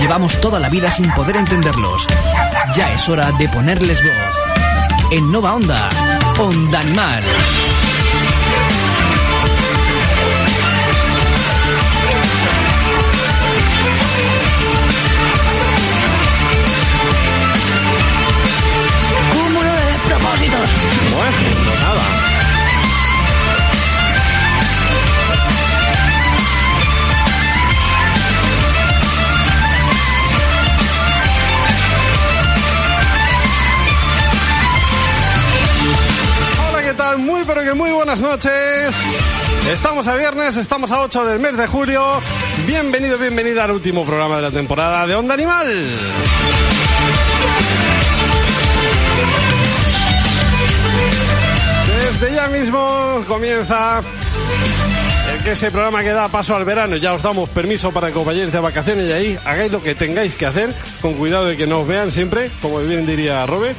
llevamos toda la vida sin poder entenderlos. Ya es hora de ponerles voz. En Nova Onda, Onda Animal. Cúmulo de despropósitos. Bueno, pues nada. Hola, ¿qué tal? Muy pero que muy buenas noches. Estamos a viernes, estamos a 8 del mes de julio. Bienvenido, bienvenida al último programa de la temporada de Onda Animal. Desde ya mismo comienza el que ese programa que da paso al verano. Ya os damos permiso para que os vayáis de vacaciones y ahí hagáis lo que tengáis que hacer, con cuidado de que no os vean siempre, como bien diría Robert.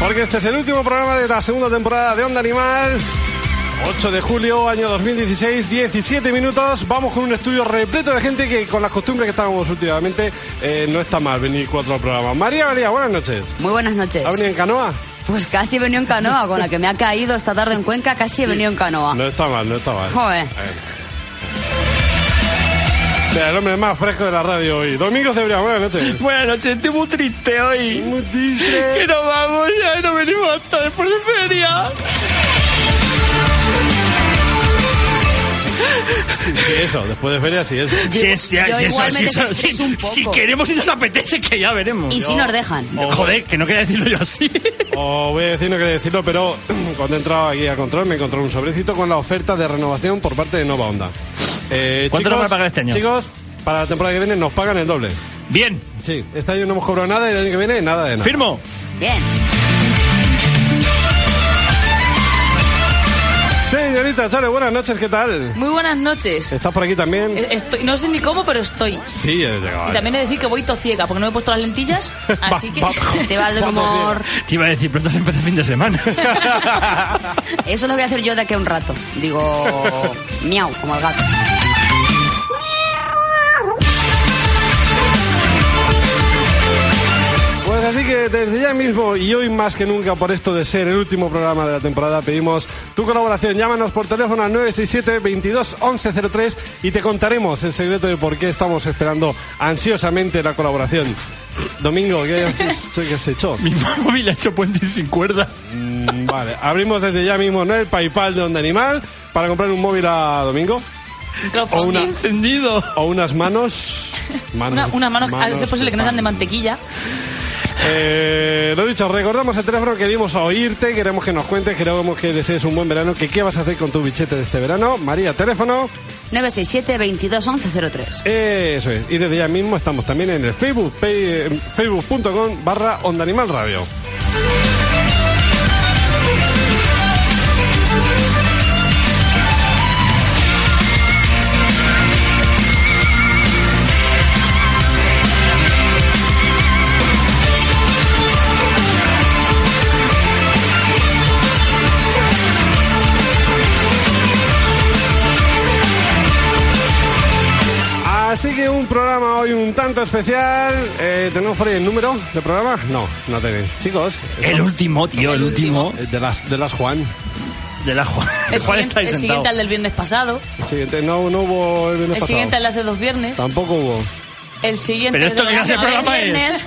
Porque este es el último programa de la segunda temporada de Onda Animal. 8 de julio, año 2016, 17 minutos. Vamos con un estudio repleto de gente que, con las costumbres que estábamos últimamente, eh, no está mal venir cuatro al programa. María María, buenas noches. Muy buenas noches. ¿Ha venido en canoa? Pues casi he venido en canoa, con la que me ha caído esta tarde en Cuenca, casi he venido en canoa. No está mal, no está mal. Joder. Mira, el hombre más fresco de la radio hoy. Domingo Cebrián, buenas noches. Buenas noches, estoy muy triste hoy. Muy triste. Que no vamos ya, no venimos hasta después de feria. Sí, eso, después de feria sí, eso. Si es- ya, yo si eso, igualmente si eso, que estéis si- un poco. si queremos y nos apetece, que ya veremos. Y si nos dejan. Yo- Joder, que no quería decirlo yo así. Os voy a decir, no quería decirlo, pero cuando he entrado aquí a control me encontré un sobrecito con la oferta de renovación por parte de Nova Onda. Eh, ¿Cuánto nos van a pagar este año? Chicos, para la temporada que viene nos pagan el doble. Bien, Sí, este año no hemos cobrado nada y el año que viene nada de nada. firmo. Bien. Señorita Charo, buenas noches, ¿qué tal? Muy buenas noches. ¿Estás por aquí también? Eh, Estoy, no sé ni cómo, pero estoy. Sí, he llegado. Y también he de decir que voy tociega, porque no me he puesto las lentillas, así que... Va, va. Te va el Vamos bien. humor. Te iba a decir, pronto se empieza el fin de semana. Eso lo voy a hacer yo de aquí a un rato. Digo, miau, como el gato. Pues así que desde ya mismo y hoy más que nunca por esto de ser el último programa de la temporada pedimos tu colaboración. Llámanos por teléfono al 967 22 1103 y te contaremos el secreto de por qué estamos esperando ansiosamente la colaboración. Domingo, ¿qué has, qué has hecho? Mi móvil ha hecho puente sin cuerda. Mm, vale, abrimos desde ya mismo ¿no? el PayPal de Onda Animal para comprar un móvil a Domingo crowdfunding. O una- Encendido. o unas manos. manos Una- unas manos, a manos ser posible que no sean de pan. mantequilla. Eh, lo dicho, recordamos el teléfono que dimos a oírte, queremos que nos cuentes, queremos que desees un buen verano, que qué vas a hacer con tu bichete de este verano. María, teléfono. 967-221103. Eh, eso es. Y desde ya mismo estamos también en el Facebook, pe- eh, facebook.com barra Onda Animal Radio. Así que un programa hoy un tanto especial. Eh, ¿Tenemos por ahí el número de programa? No, no tenéis. Chicos, El último, tío, el último. eh, de las, de las Juan. De la Juan. Juan El, siguiente, está ahí el sentado. siguiente al del viernes pasado. El siguiente, no, no hubo el viernes el pasado. siguiente al de hace dos viernes. Tampoco hubo. El siguiente... Pero esto de- qué clase de a ver, programa es. viernes.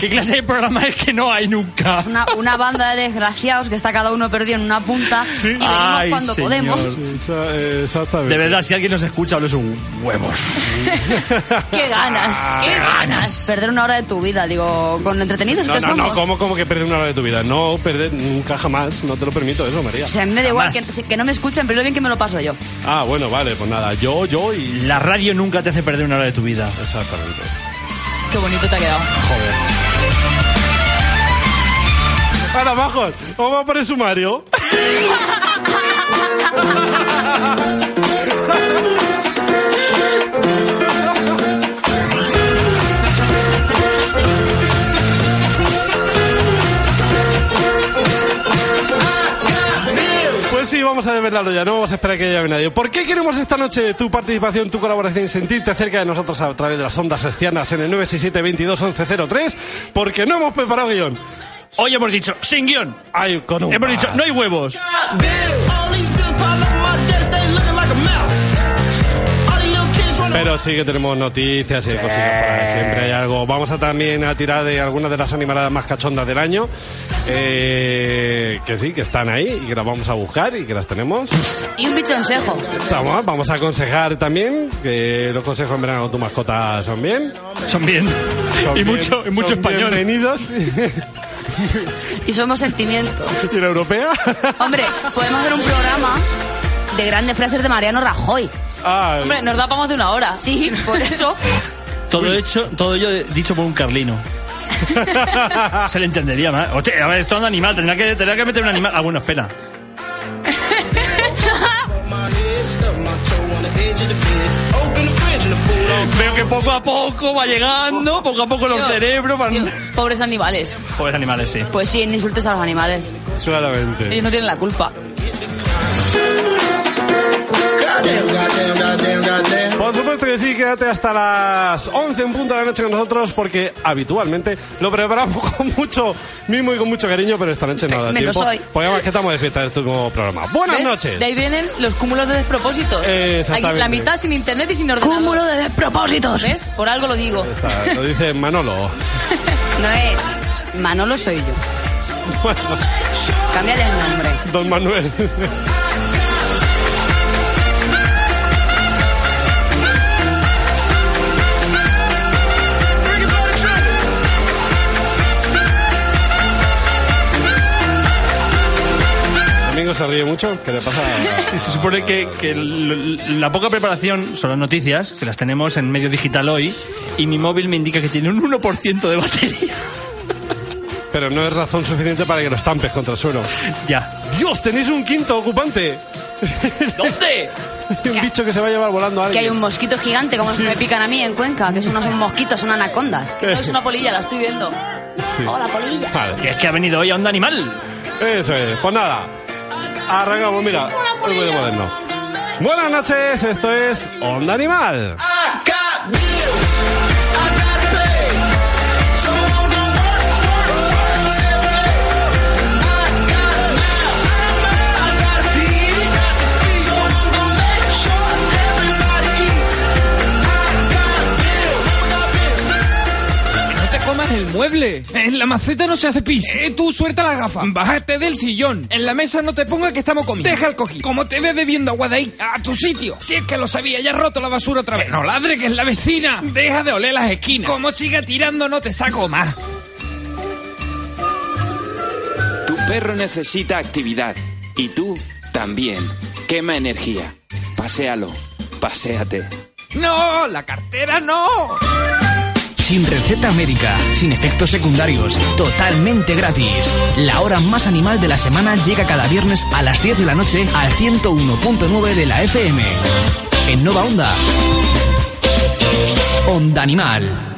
¿Qué clase de programa es que no hay nunca? Una, una banda de desgraciados que está cada uno perdido en una punta y venimos Ay, cuando señor. podemos. Esa- eh, Exactamente. De verdad, si alguien nos escucha, hablo sus huevos. ¡Qué ganas! ¡Qué ganas! Perder una hora de tu vida, digo, con entretenidos No, que no, somos. no, ¿cómo, cómo que perder una hora de tu vida? No perder nunca jamás, no te lo permito eso, María. O sea, a mí me da igual que, Jamás. que no me escuchen, pero lo bien que me lo paso yo. Ah, bueno, vale, pues nada, yo, yo y... La radio nunca te hace perder una hora de tu vida. Exactamente. ¡Qué bonito te ha quedado! Joder. Ahora, bajos, vamos a por el sumario. Pues sí, vamos vamos a desvelarlo ya, no vamos a esperar que llame nadie. ¿Por qué queremos esta noche tu participación, tu colaboración, sentirte cerca de nosotros a través de las ondas hercianas en el 967-22-1103? Porque no hemos preparado guión. Hoy hemos dicho, sin guión. Ay, con un Hemos mar. dicho, no hay huevos. Pero sí que tenemos noticias y cosillas por ahí, Siempre hay algo. Vamos a también a tirar de algunas de las animadas más cachondas del año. eh, que sí, que están ahí y que las vamos a buscar y que las tenemos. Y un bicho ensejo. Vamos, vamos a aconsejar también que los consejos en verano con tu mascota son bien. Son bien. Son y bien- mucho, y mucho son español. Bienvenidos. Y somos sentimiento. y la europea. Hombre, podemos hacer un programa de grandes frases de Mariano Rajoy. Ah, Hombre, nos da para más de una hora. Sí, por eso. Todo hecho, todo ello dicho por un carlino. Se le entendería más. Hostia, a ver, esto anda animal, tendrá que, tendrá que meter un animal. Ah, bueno, espera. Veo que poco a poco va llegando, poco a poco los Dios, cerebros van. Dios, pobres animales. Pobres animales, sí. Pues sí, no insultes a los animales. claramente. Ellos no tienen la culpa. Por supuesto que sí, quédate hasta las 11 en punto de la noche con nosotros porque habitualmente lo preparamos con mucho mimo y con mucho cariño, pero esta noche no da Me lo tiempo. soy. Porque además que estamos de fiesta en este nuevo programa. Buenas ¿Ves? noches. De ahí vienen los cúmulos de despropósitos. Eh, exactamente. Aquí, la mitad sin internet y sin ordenador. de despropósitos. ¿Ves? Por algo lo digo. Ah, Lo dice Manolo. No es. Manolo soy yo. Cámbiale el nombre. Don Manuel. Domingo se ríe mucho. ¿Qué le pasa? Sí, se supone que, que l- l- la poca preparación son las noticias, que las tenemos en medio digital hoy, y mi móvil me indica que tiene un 1% de batería. Pero no es razón suficiente para que los tampes contra el suelo. ya. ¡Dios! ¡Tenéis un quinto ocupante! ¿Dónde? un bicho que se va a llevar volando a Que hay alguien. un mosquito gigante como los que me pican a mí en Cuenca, que eso no son mosquitos, son anacondas. No es una polilla, la estoy viendo. Sí. Hola, polilla. Vale. Y es que ha venido hoy a Onda Animal. Eso es, pues nada. Arrancamos, mira. hoy voy de moderno. Buenas noches, esto es Onda Animal. Ah. No te comas el mueble. En la maceta no se hace pis. Eh, tú suelta la gafa. Bájate del sillón. En la mesa no te ponga que estamos comiendo. Deja el cojín. Como te ve bebiendo agua de ahí, a tu sitio. Si es que lo sabía, ya has roto la basura otra vez. Que no ladre, que es la vecina. Deja de oler las esquinas. Como siga tirando, no te saco más. Tu perro necesita actividad y tú también. Quema energía. Paséalo. Paséate. No, la cartera no. Sin receta médica, sin efectos secundarios, totalmente gratis. La hora más animal de la semana llega cada viernes a las 10 de la noche al 101.9 de la FM. En Nova Onda. Onda Animal.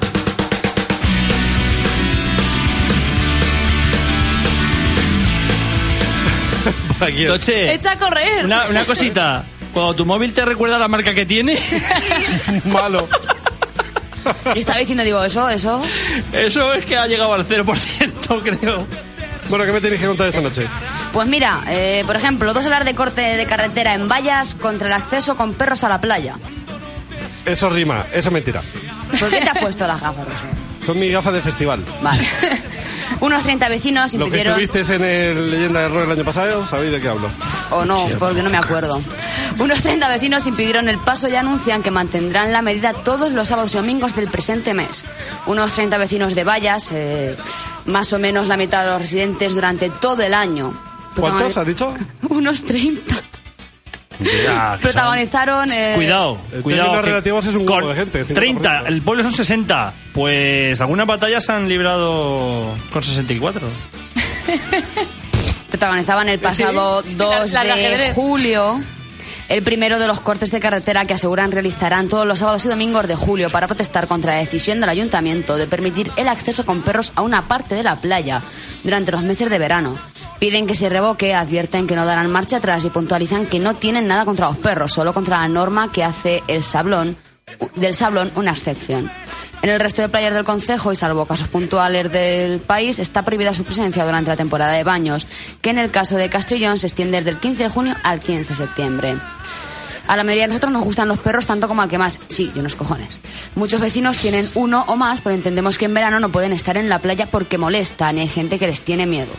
Por aquí. Toche, Echa a correr. una, una cosita. Cuando tu móvil te recuerda la marca que tiene, Malo. Y estaba diciendo, digo, eso, eso. eso es que ha llegado al 0%, creo. Bueno, ¿qué me tenéis que contar esta noche? Pues mira, eh, por ejemplo, dos horas de corte de carretera en vallas contra el acceso con perros a la playa. Eso rima, eso es mentira. ¿Por qué te has puesto las gafas? Rosy? Son mis gafas de festival. Vale. Unos 30 vecinos Lo que impidieron... estuvisteis en el Leyenda del Rock el año pasado, sabéis de qué hablo. O no, porque no me acuerdo. Unos 30 vecinos impidieron el paso y anuncian que mantendrán la medida todos los sábados y domingos del presente mes. Unos 30 vecinos de vallas, eh, más o menos la mitad de los residentes durante todo el año. ¿Cuántos has Protagoni- dicho? Unos 30. Ya, que son- Protagonizaron... eh, Cuidado, En cuidado. términos que relativos es un grupo con de gente, 50%. 30, el pueblo son 60. Pues algunas batallas se han librado con 64. protagonizaban el pasado Sí, sí, 2 la- la de de ajedrez. julio. El primero de los cortes de carretera que aseguran realizarán todos los sábados y domingos de julio para protestar contra la decisión del ayuntamiento de permitir el acceso con perros a una parte de la playa durante los meses de verano. Piden que se revoque, advierten que no darán marcha atrás y puntualizan que no tienen nada contra los perros, solo contra la norma que hace el sablón, del sablón una excepción. En el resto de playas del Consejo, y salvo casos puntuales del país, está prohibida su presencia durante la temporada de baños, que en el caso de Castellón se extiende desde el 15 de junio al 15 de septiembre. A la mayoría de nosotros nos gustan los perros tanto como al que más. Sí, y unos cojones. Muchos vecinos tienen uno o más, pero entendemos que en verano no pueden estar en la playa porque molestan y hay gente que les tiene miedo.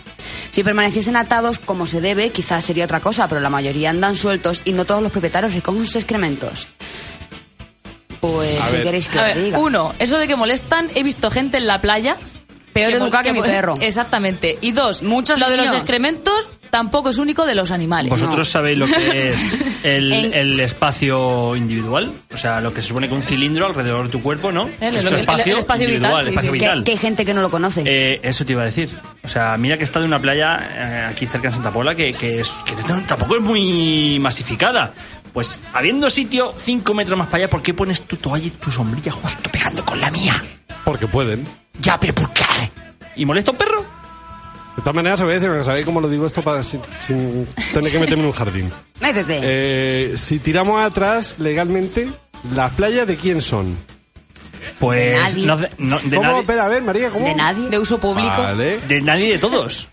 Si permaneciesen atados como se debe, quizás sería otra cosa, pero la mayoría andan sueltos y no todos los propietarios recogen sus excrementos. Pues, ¿qué queréis que A os ver, diga? uno, eso de que molestan, he visto gente en la playa. Peor mol- educada que mi mol- perro. Exactamente. Y dos, Muchos lo de los niños. excrementos tampoco es único de los animales. Pues- ¿Vosotros No. sabéis lo que es el, En- el espacio individual? O sea, lo que se supone que un cilindro alrededor de tu cuerpo, ¿no? El- es el- un el- espacio, el espacio individual, vital, sí, espacio sí, Que, vital. que hay gente que no lo conoce. Eh, eso te iba a decir. O sea, mira que he estado en una playa eh, aquí cerca de Santa Pola que, que es- que no- tampoco es muy masificada. Pues habiendo sitio 5 metros más para allá, ¿por qué pones tu toalla y tu sombrilla justo pegando con la mía? Porque pueden. Ya, pero ¿por qué? ¿Y molesta un perro? De todas maneras, obedecen, porque sabéis ¿eh? cómo lo digo esto para sin, sin tener que meterme en un jardín. Métete. Eh, si tiramos atrás legalmente, ¿las playas de quién son? Pues nadie. no de, no- de ¿Cómo? nadie, Espera, a ver, María, ¿cómo? De nadie. de uso público. Vale. de nadie de todos.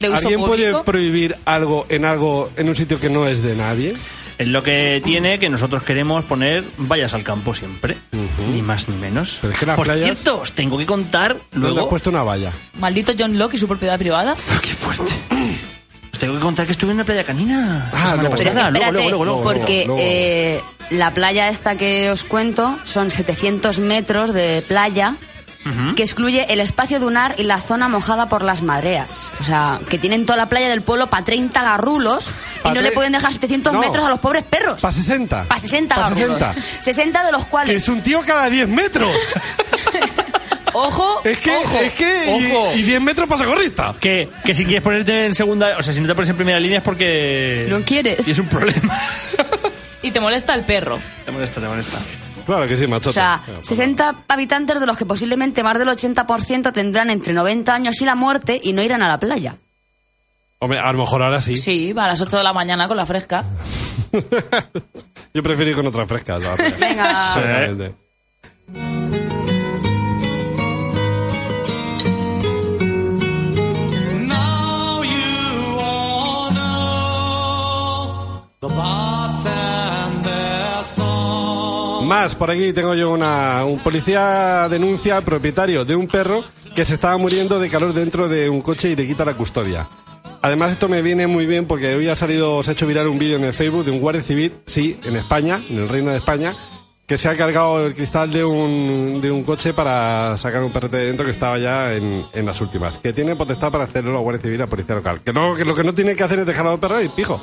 De uso ¿Alguien puede público. prohibir algo en algo en un sitio que no es de nadie? Es lo que tiene que nosotros queremos poner vallas al campo siempre, ni más ni menos. Pero es que las Por playas- cierto, os tengo que contar ¿No te has luego. puesto una valla? Maldito John Locke y su propiedad privada. ¡Qué fuerte! Os Pues tengo que contar que estuve en una playa canina. la semana no. pasada. Pero Luego, Espérate, luego, luego, luego, luego. porque luego. eh, la playa esta que os cuento son 700 metros de playa que excluye el espacio dunar y la zona mojada por las mareas. O sea, que tienen toda la playa del pueblo para 30 garrulos Pa' y no le tre- pueden dejar 700 No. metros a los pobres ¿Para perros. Para 60? 60 Pa' garrulos. 60. 60 de los Que cuales... es un tío cada 10 metros. Ojo, Es que, ojo. es que, Ojo. y- Y, 10 metros pasa corrista. Que, que si quieres ponerte en segunda, o sea, si no te pones en primera línea es Eh, porque. No quieres. Y es un problema. Y te molesta el perro. te molesta, te molesta. Claro que sí, macho. O sea, 60 habitantes de los que posiblemente más del 80% tendrán entre 90 años y la muerte y no irán a la playa. Hombre, a lo mejor ahora sí. Sí, va a las 8 de la mañana con la fresca. Yo prefiero ir con otras frescas. la verdad. Venga. Exactamente. Now you all know the parts and their songs. Más, por aquí tengo yo una... Un policía denuncia al propietario de un perro que se estaba muriendo de calor dentro de un coche y le quita la custodia. Además, esto me viene muy bien porque hoy ha salido, os ha hecho viral un vídeo en el Facebook de un guardia civil, sí, en España, en el Reino de España, que se ha cargado el cristal de un, de un coche para sacar un perrete de dentro que estaba ya en, en las últimas. Que tiene potestad para hacerlo la guardia civil y la policía local. Que, no, que lo que no tiene que hacer es dejar al perro y pijo.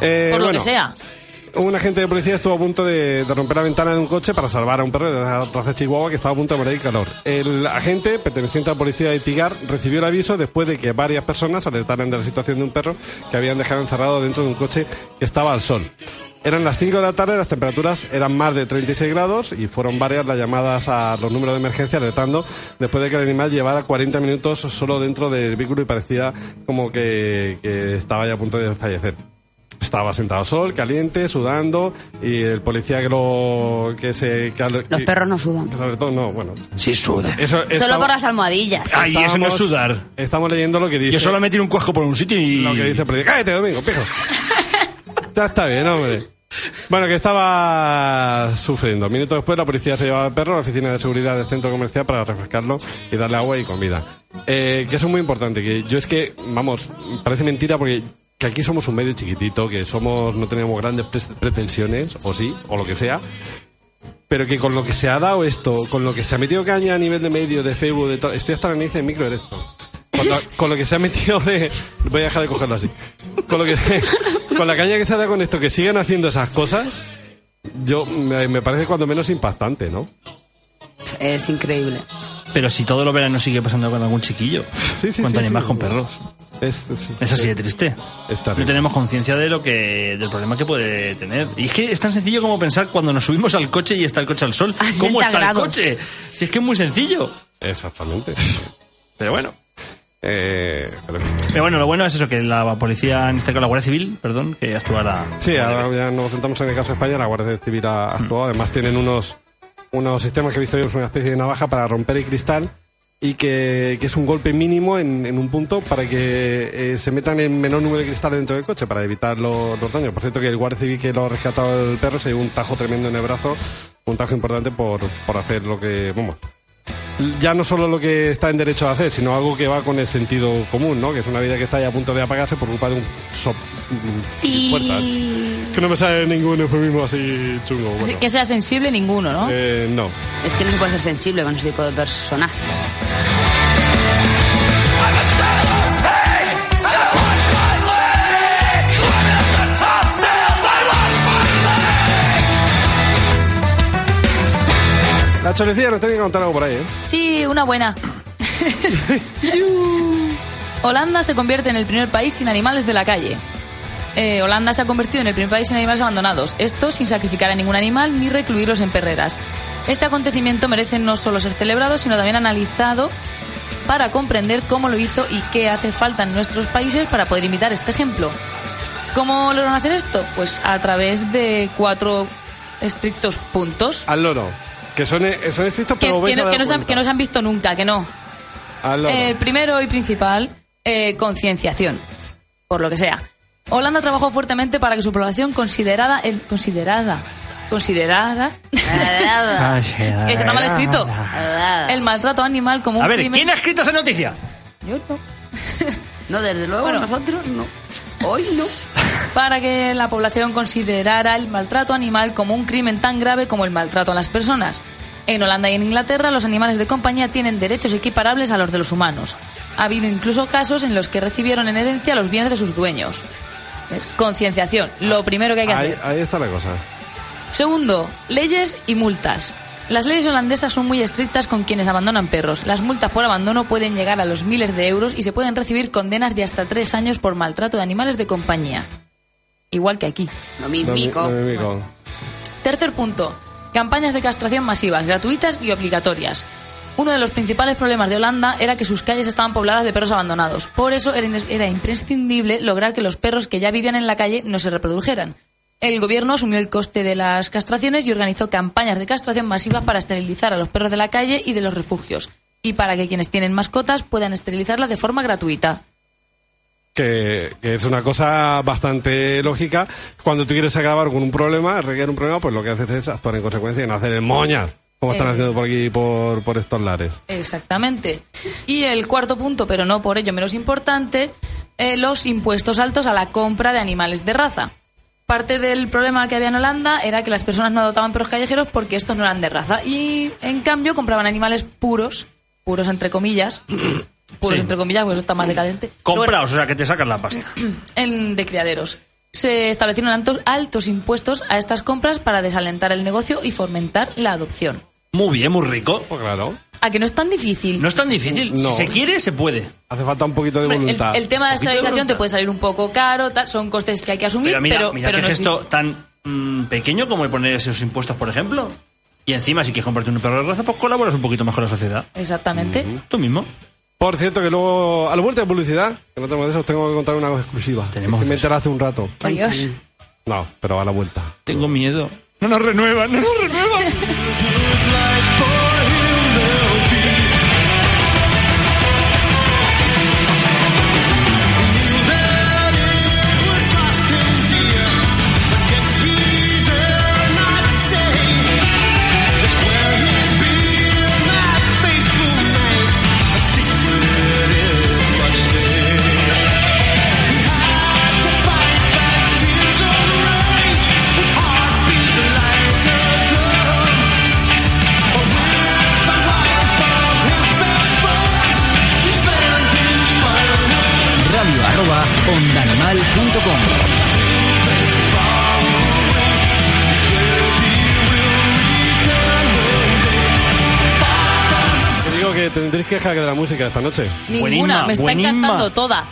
Eh, por lo bueno. que sea. Un agente de policía estuvo a punto de, de romper la ventana de un coche para salvar a un perro de la raza chihuahua que estaba a punto de morir de calor. El agente, perteneciente a la policía de Tigar, recibió el aviso después de que varias personas alertaran de la situación de un perro que habían dejado encerrado dentro de un coche que estaba al sol. Eran las 5 de la tarde, las temperaturas eran más de 36 grados y fueron varias las llamadas a los números de emergencia alertando después de que el animal llevara 40 minutos solo dentro del vehículo y parecía como que, que estaba ya a punto de fallecer. Estaba sentado al sol, caliente, sudando, y el policía que lo. que se. que al- Los que- perros no sudan. que sobre todo, no, bueno. Sí, suda. Eso, Solo estaba- por las almohadillas. Ay, eso no es estábamos- sudar. Estamos leyendo lo que dice. Yo solo metí un cuasco por un sitio y. Lo que dice el policía. ¡Cállate, Domingo, pijo! ya está bien, hombre. Bueno, que estaba sufriendo. Minutos después, la policía se llevaba al perro a la oficina de seguridad del centro comercial para refrescarlo y darle agua y comida. Eh, que eso es muy importante. Que yo es que, vamos, parece mentira porque que aquí somos un medio chiquitito, que somos no tenemos grandes pres- pretensiones, o sí, o lo que sea. Pero que con lo que se ha dado esto, con lo que se ha metido caña a nivel de medio, de Facebook, de todo. Estoy hasta la nariz de micro erecto. Con, la- con lo que se ha metido de. Voy a dejar de cogerlo así. Con, lo que, con la caña que se ha dado con esto, que sigan haciendo esas cosas, yo me, me parece cuando menos impactante, ¿no? Es increíble. Pero si todos los veranos sigue pasando con algún chiquillo. Sí, sí, Cuanto sí, ni más sí. con perros. Es, es- Es así de triste. Es terrible. no tenemos conciencia de lo que, del problema que puede tener. Y es que es tan sencillo como pensar cuando nos subimos al coche y está el coche al sol. A 60 ¿Cómo está grados. el coche? Si es que es muy sencillo. Exactamente. Pero bueno. Eh, pero en fin. Pero bueno, lo bueno es eso, que la policía, en este caso la Guardia Civil, perdón, que actuará. Sí, ahora ya nos centramos en el caso de España, la Guardia Civil ha actuado. Además tienen unos, unos sistemas que he visto yo, es una especie de navaja para romper el cristal y que, que es un golpe mínimo en, en un punto para que eh, se metan el menor número de cristales dentro del coche para evitar lo- los daños. Por cierto, que el Guardia Civil que lo ha rescatado el perro se llevó un tajo tremendo en el brazo, un tajo importante por, por hacer lo que... Vamos, ya no solo lo que está en derecho a hacer, sino algo que va con el sentido común, ¿no? Que es una vida que está ya a punto de apagarse por culpa de un sop... puertas. Que no me sale ningún eufemismo así chungo. Así Bueno. Que sea sensible ninguno, ¿no? Eh, no. Es que no se puede ser sensible con ese tipo de personajes. La cholecilla nos tiene que contar algo por ahí, ¿eh? Sí, una buena. Holanda se convierte en el primer país sin animales de la calle. Eh, Holanda se ha convertido en el primer país sin animales abandonados. Esto sin sacrificar a ningún animal ni recluirlos en perreras. Este acontecimiento merece no solo ser celebrado, sino también analizado para comprender cómo lo hizo y qué hace falta en nuestros países para poder imitar este ejemplo. ¿Cómo lograron hacer esto? Pues a través de cuatro estrictos puntos Al loro. Que son, eh, son estrictos, que, Ah, pero que vais a no, dar que no se han, cuenta. que no se han visto nunca, que no. Al loro. El Eh, primero y principal, eh, concienciación, por lo que sea. Holanda trabajó fuertemente para que su población considerada el considerada considerara que está mal escrito el maltrato animal como un A ver, crimen. ¿quién ha escrito esa noticia? Yo no. No, desde luego, Bueno. nosotros no. Hoy no. para que la población considerara el maltrato animal como un crimen tan grave como el maltrato a las personas. En Holanda y en Inglaterra los animales de compañía tienen derechos equiparables a los de los humanos. Ha habido incluso casos en los que recibieron en herencia los bienes de sus dueños. Es concienciación, lo primero que hay que ahí, hacer. ahí está la cosa. Segundo, leyes y multas. Las leyes holandesas son muy estrictas con quienes abandonan perros. Las multas por abandono pueden llegar a los miles de euros y se pueden recibir condenas de hasta tres años por maltrato de animales de compañía. Igual que aquí. Lo No, mi- mismico. no, mi mico. Tercer punto, campañas de castración masivas, gratuitas y obligatorias. Uno de los principales problemas de Holanda era que sus calles estaban pobladas de perros abandonados. Por eso era, ines- era imprescindible lograr que los perros que ya vivían en la calle no se reprodujeran. El gobierno asumió el coste de las castraciones y organizó campañas de castración masivas para esterilizar a los perros de la calle y de los refugios, y para que quienes tienen mascotas puedan esterilizarlas de forma gratuita. Que, que es una cosa bastante lógica. Cuando tú quieres acabar con un problema, requiere un problema, pues lo que haces es actuar en consecuencia y no hacer el moñas, como están Eh. haciendo por aquí, por, por estos lares. Exactamente. Y el cuarto punto, pero no por ello menos importante, eh, los impuestos altos a la compra de animales de raza. Parte del problema que había en Holanda era que las personas no adoptaban perros callejeros porque estos no eran de raza y en cambio compraban animales puros, puros entre comillas, puros Sí. entre comillas, porque eso está más decadente. Pero bueno, Compraos, o sea, que te sacan la pasta. en, de criaderos. Se establecieron altos, altos impuestos a estas compras para desalentar el negocio y fomentar la adopción. Muy bien, muy rico. Pues claro. A que no es tan difícil. No es tan difícil. No. Si se quiere, se puede. Hace falta un poquito de Hombre, el- voluntad. El, tema de Poquito de esterilización te voluntad. puede salir un poco caro, tal, son costes que hay que asumir, Pero mira, pero, mira pero qué no es- gesto tan mm, pequeño como el poner esos impuestos, por ejemplo. Y encima, si quieres comprarte un perro de raza, pues colaboras un poquito mejor con la sociedad. Exactamente. Tú mismo. Por cierto, que luego, a la vuelta de publicidad, que no tenemos de eso, os tengo que contar una cosa exclusiva. Tenemos Que me dos. enteré hace un rato. Adiós. No, pero a la vuelta. Tengo miedo. No nos renuevan, no nos renuevan. Radio arroba ondaanimal.com. Te digo que tendréis queja de la música esta noche. Ninguna, Buenisma, me está buenisma. encantando toda.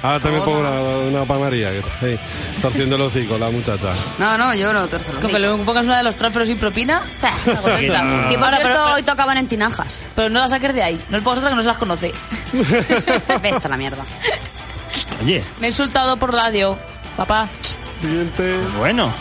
Ahora también Todo. pongo una, una palmaría que está ahí torciendo el hocico la muchacha. No, no, yo no torzo. Con que luego pongas una de los transferos sin propina. pues Que por Ahora, cierto, pero- hoy tocaban en tinajas. Pero no las saques de ahí. No es para vosotras que no se las conoce. Vete a la mierda. Oye, Me he insultado por radio. Papá. Siguiente. bueno.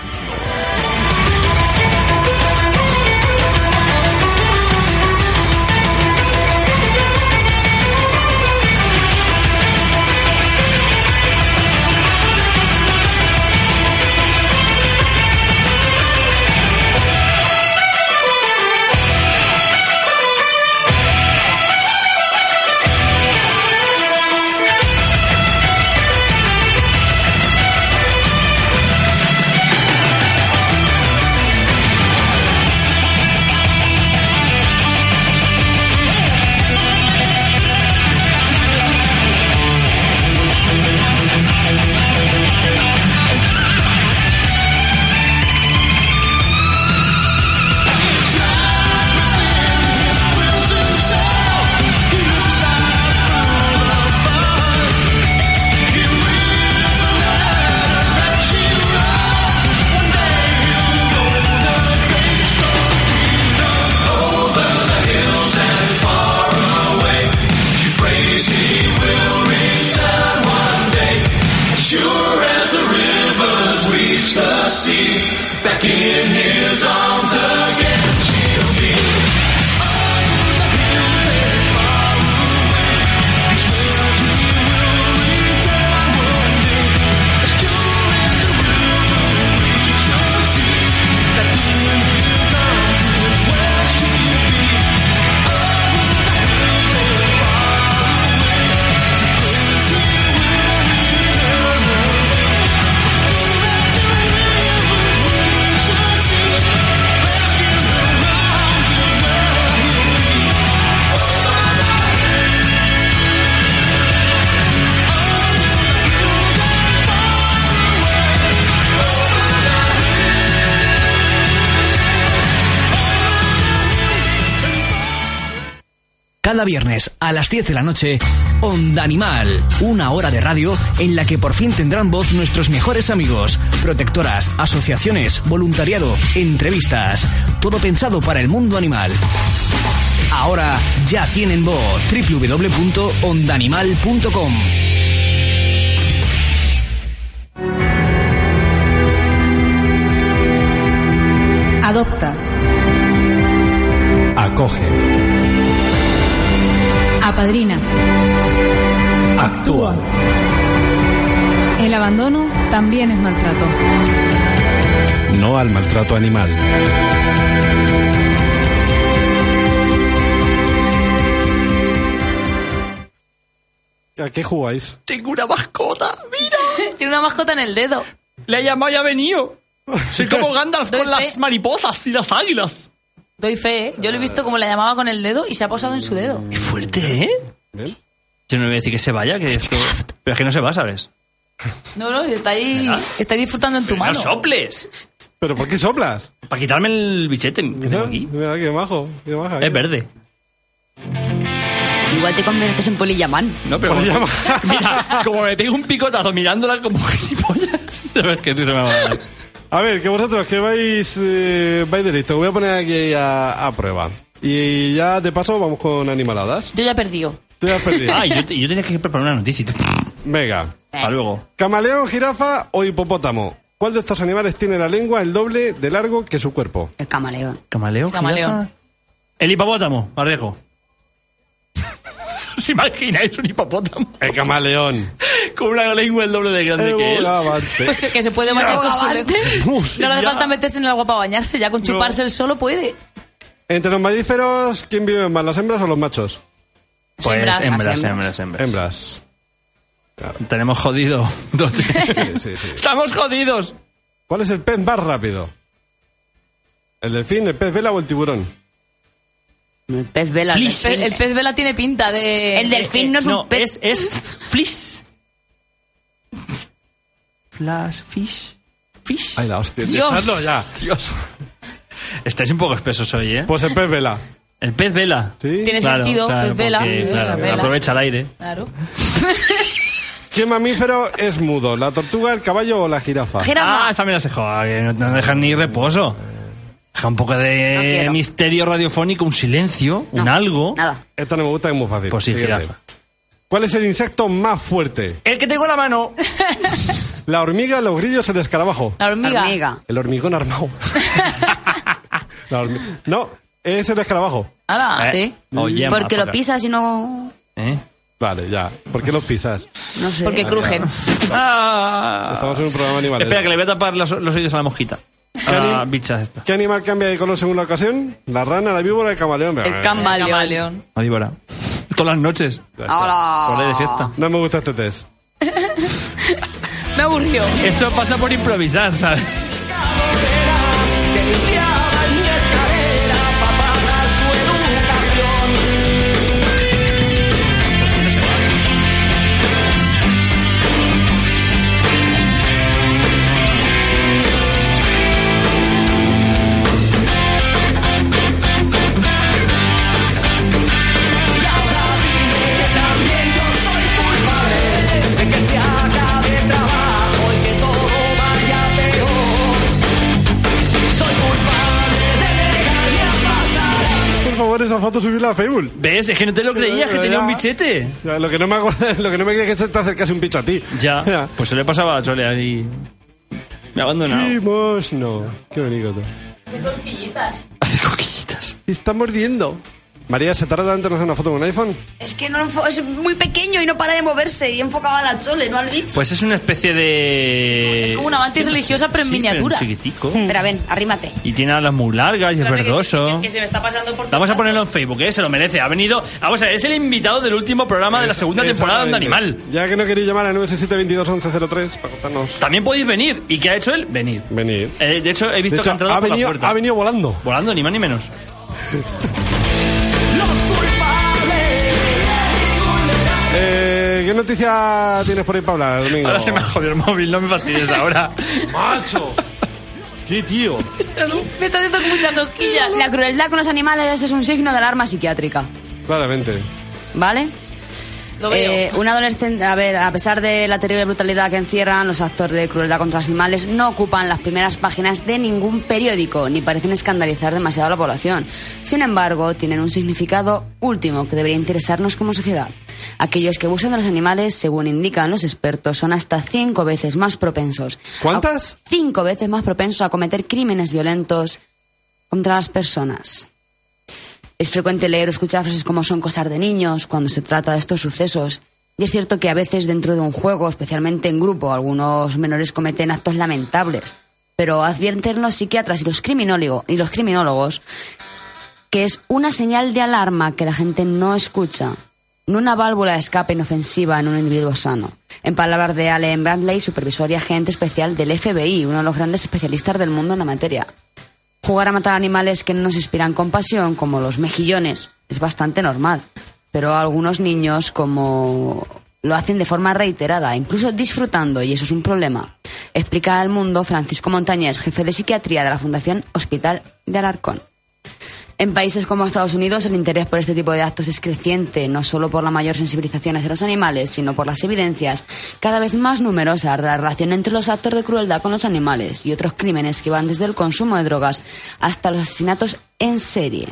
Cada viernes a las 10 de la noche, Onda Animal, una hora de radio en la que por fin tendrán voz nuestros mejores amigos, protectoras, asociaciones, voluntariado, entrevistas, todo pensado para el mundo animal. Ahora ya tienen voz www.ondanimal.com. Adopta. Acoge. Apadrina. Actúa. El abandono también es maltrato. No al maltrato animal. ¿A qué jugáis? Tengo una mascota, mira. Tiene una mascota en el dedo. Le he llamado y ha venido. Soy como Gandalf Doy con las fe. mariposas y las águilas. Doy fe, ¿eh? Yo lo he visto como la llamaba con el dedo y se ha posado en su dedo. Es fuerte, ¿eh? ¿Bien? Yo no le voy a decir que se vaya, que esto... Pero es que no se va, ¿sabes? No, no, está ahí, ¿Verdad? está ahí disfrutando en tu mano. ¡No soples! ¿Pero por qué soplas? Para quitarme el bichete que tengo aquí. Mira, qué majo, qué maja. Es verde. Igual te conviertes en polillamán. No, pero... Polilla Como, man. mira, como me pego un picotazo mirándola como gilipollas. Sabes que tú se me va a dar. A ver, que vosotros que vais, eh, vais directo, voy a poner aquí a, a prueba. Y ya de paso vamos con animaladas. Yo ya he perdido. Tú ya has perdido. Ah, yo, yo tenía que preparar una noticia. y tú- Venga. Hasta luego. Camaleón, jirafa o hipopótamo. ¿Cuál de estos animales tiene la lengua el doble de largo que su cuerpo? El camaleón. ¿Camaleón? Camaleón. jirafa? El hipopótamo, arriesgo. ¿Os imagináis un hipopótamo El camaleón. con una lengua el doble de Eh, grande que él? Pues que se puede bañar con su lengua. No le hace ya. falta meterse en el agua para bañarse, ya con chuparse el solo puede. Entre los mamíferos, ¿quién vive más, las hembras o los machos? Pues Hembras, hembras, hembras, hembras. hembras, Hembras. Tenemos jodido. Dos- Sí, sí, sí. Estamos jodidos. ¿Cuál es el pez más rápido? ¿El delfín, el pez vela o el tiburón? El pez vela. el Flis. Pe- delfín. El pez vela tiene pinta de... El delfín no es un pez. Es, es flis. Flash, fish, fish. Ay, la hostia. Dios. echadlo ya. Dios. Estáis un poco espesos hoy, ¿eh? Pues el pez vela. El pez vela. ¿Sí? Tiene sentido, pez vela, porque, vela, claro, vela. Aprovecha el aire. Claro. ¿Qué mamífero es mudo? ¿La tortuga, el caballo o la jirafa? Ah, esa mira se joda, que no, no dejan ni reposo. Deja un poco No de quiero. misterio radiofónico, un silencio, No, un algo. Nada. Esta no me gusta, es muy fácil. Pues sí, Siguiente. jirafa. ¿Cuál es el insecto más fuerte? El que tengo en la mano. ¿La hormiga, los grillos o el escarabajo? La hormiga. Hormiga. El hormigón armado. La hormi- No, es el escarabajo. Ala, Eh, sí. Oye, Porque lo mapaca. pisas y no. ¿Eh? Vale, ya. ¿Por qué los pisas? No sé. Porque crujen. Ah. Estamos en un programa animal. Espera, que le voy a tapar los, los oídos a la mosquita. Ah, A la Cari. bicha esta. ¿Qué animal cambia de color según la ocasión? ¿La rana, la víbora, el camaleón? El camaleón. La víbora. Todas las noches. Ah. Ahora. Por ahí de fiesta. No me gusta este test. Me aburrió. Eso pasa por improvisar, ¿sabes? Por favor, esa foto subirla a Facebook. ¿Ves? Es que no te lo creías que tenía un bichete. Ya, Lo que no me, acuerdo, lo que no me creía es que se te acercase un bicho a ti. Ya. Pues se le pasaba a Chole ahí. Me ha abandonado. Chimos, no. Qué bonito. tú. Hace coquillitas. Está mordiendo. María, ¿se tarda tanto en hacer una foto con un iPhone? Es que no enfo- es muy pequeño y no para de moverse y enfocaba a la chole, ¿no al bicho? Pues es una especie de. Como una mantis religiosa, pero en Sí, miniatura. chiquitico. Mm. Espera, ven, arrímate. Y tiene alas muy largas y es verdoso. Que se me está pasando por Vamos a ponerlo en Facebook, ¿eh? Se lo merece. Ha venido. Vamos a ver, es el invitado del último programa de la segunda temporada de Animal. Ya que no queréis llamar a 967-22-1103 para contarnos. También podéis venir. ¿Y qué ha hecho él? Venir. Venid. Eh, de hecho, he De visto hecho, que ha entrado ha, por venido, la puerta. ha venido volando. Volando, ni más ni menos. Eh, ¿Qué noticia tienes por ahí para hablar, Domingo? Ahora se me ha jodido el móvil, no me fastidies ahora. ¡Macho! ¡Qué tío! Me está haciendo muchas cosquillas. La crueldad con los animales es un signo de alarma psiquiátrica. Claramente. ¿Vale? Lo veo. Eh, un adolescente, a ver, a pesar de la terrible brutalidad que encierran los actos de crueldad contra los animales, no ocupan las primeras páginas de ningún periódico, ni parecen escandalizar demasiado a la población. Sin embargo, tienen un significado último que debería interesarnos como sociedad. Aquellos que abusan de los animales, según indican los expertos, son hasta cinco veces más propensos. ¿Cuántas? a- cinco veces más propensos a cometer crímenes violentos contra las personas. Es frecuente leer o escuchar frases como son cosas de niños cuando se trata de estos sucesos. Y es cierto que a veces dentro de un juego, especialmente en grupo, algunos menores cometen actos lamentables. Pero advierten los psiquiatras y los, criminólogo- y los criminólogos que es una señal de alarma que la gente no escucha, no una válvula de escape inofensiva en un individuo sano. En palabras de Allen Bradley, supervisor y agente especial del FBI, uno de los grandes especialistas del mundo en la materia. Jugar a matar animales que no nos inspiran compasión, como los mejillones, es bastante normal. Pero algunos niños, como lo hacen de forma reiterada, incluso disfrutando, y eso es un problema. Explica al mundo Francisco Montañés, jefe de psiquiatría de la Fundación Hospital de Alarcón. En países como Estados Unidos, el interés por este tipo de actos es creciente, no solo por la mayor sensibilización hacia los animales, sino por las evidencias cada vez más numerosas de la relación entre los actos de crueldad con los animales y otros crímenes que van desde el consumo de drogas hasta los asesinatos en serie.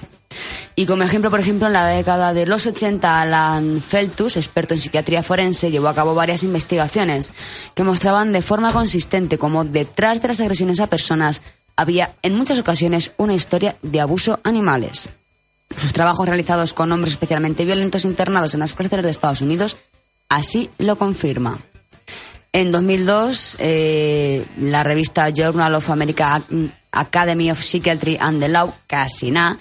Y como ejemplo, por ejemplo, en la década de los 80, Alan Feltus, experto en psiquiatría forense, llevó a cabo varias investigaciones que mostraban de forma consistente cómo detrás de las agresiones a personas había en muchas ocasiones una historia de abuso a animales. Sus trabajos realizados con hombres especialmente violentos internados en las cárceles de Estados Unidos así lo confirma. En 2002, eh, la revista Journal of America Ac- Academy of Psychiatry and the Law, casi nada,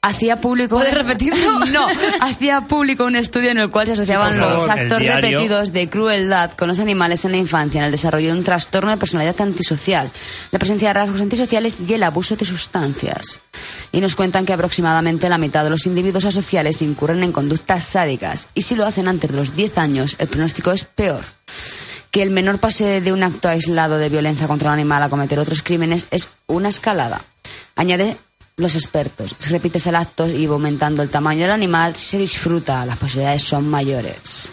hacía público... ¿Puedes repetirlo? No, hacía público un estudio en el cual se asociaban Sí, por los favor. El actos diario. repetidos de crueldad con los animales en la infancia, en el desarrollo de un trastorno de personalidad antisocial, la presencia de rasgos antisociales y el abuso de sustancias. Y nos cuentan que aproximadamente la mitad de los individuos asociales incurren en conductas sádicas, y si lo hacen antes de los 10 años, el pronóstico es peor. Que el menor pase de un acto aislado de violencia contra un animal a cometer otros crímenes es una escalada. Añade los expertos. Si repites el acto y va aumentando el tamaño del animal, si se disfruta, las posibilidades son mayores.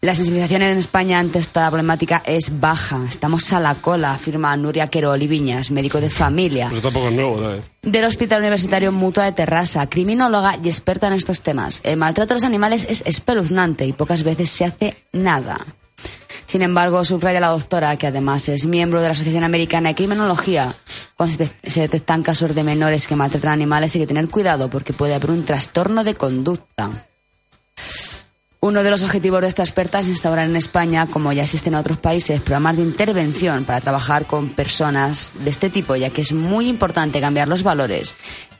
La sensibilización en España ante esta problemática es baja. Estamos a la cola, afirma Nuria Queroli Viñas, médico de familia. Pues Eso tampoco es nuevo, ¿sabes? del Hospital Universitario Mutua de Terrassa, criminóloga y experta en estos temas. El maltrato a los animales es espeluznante y pocas veces se hace nada. Sin embargo, subraya la doctora, que además es miembro de la Asociación Americana de Criminología, cuando se, de- se detectan casos de menores que maltratan animales hay que tener cuidado porque puede haber un trastorno de conducta. Uno de los objetivos de esta experta es instaurar en España, como ya existen en otros países, programas de intervención para trabajar con personas de este tipo, ya que es muy importante cambiar los valores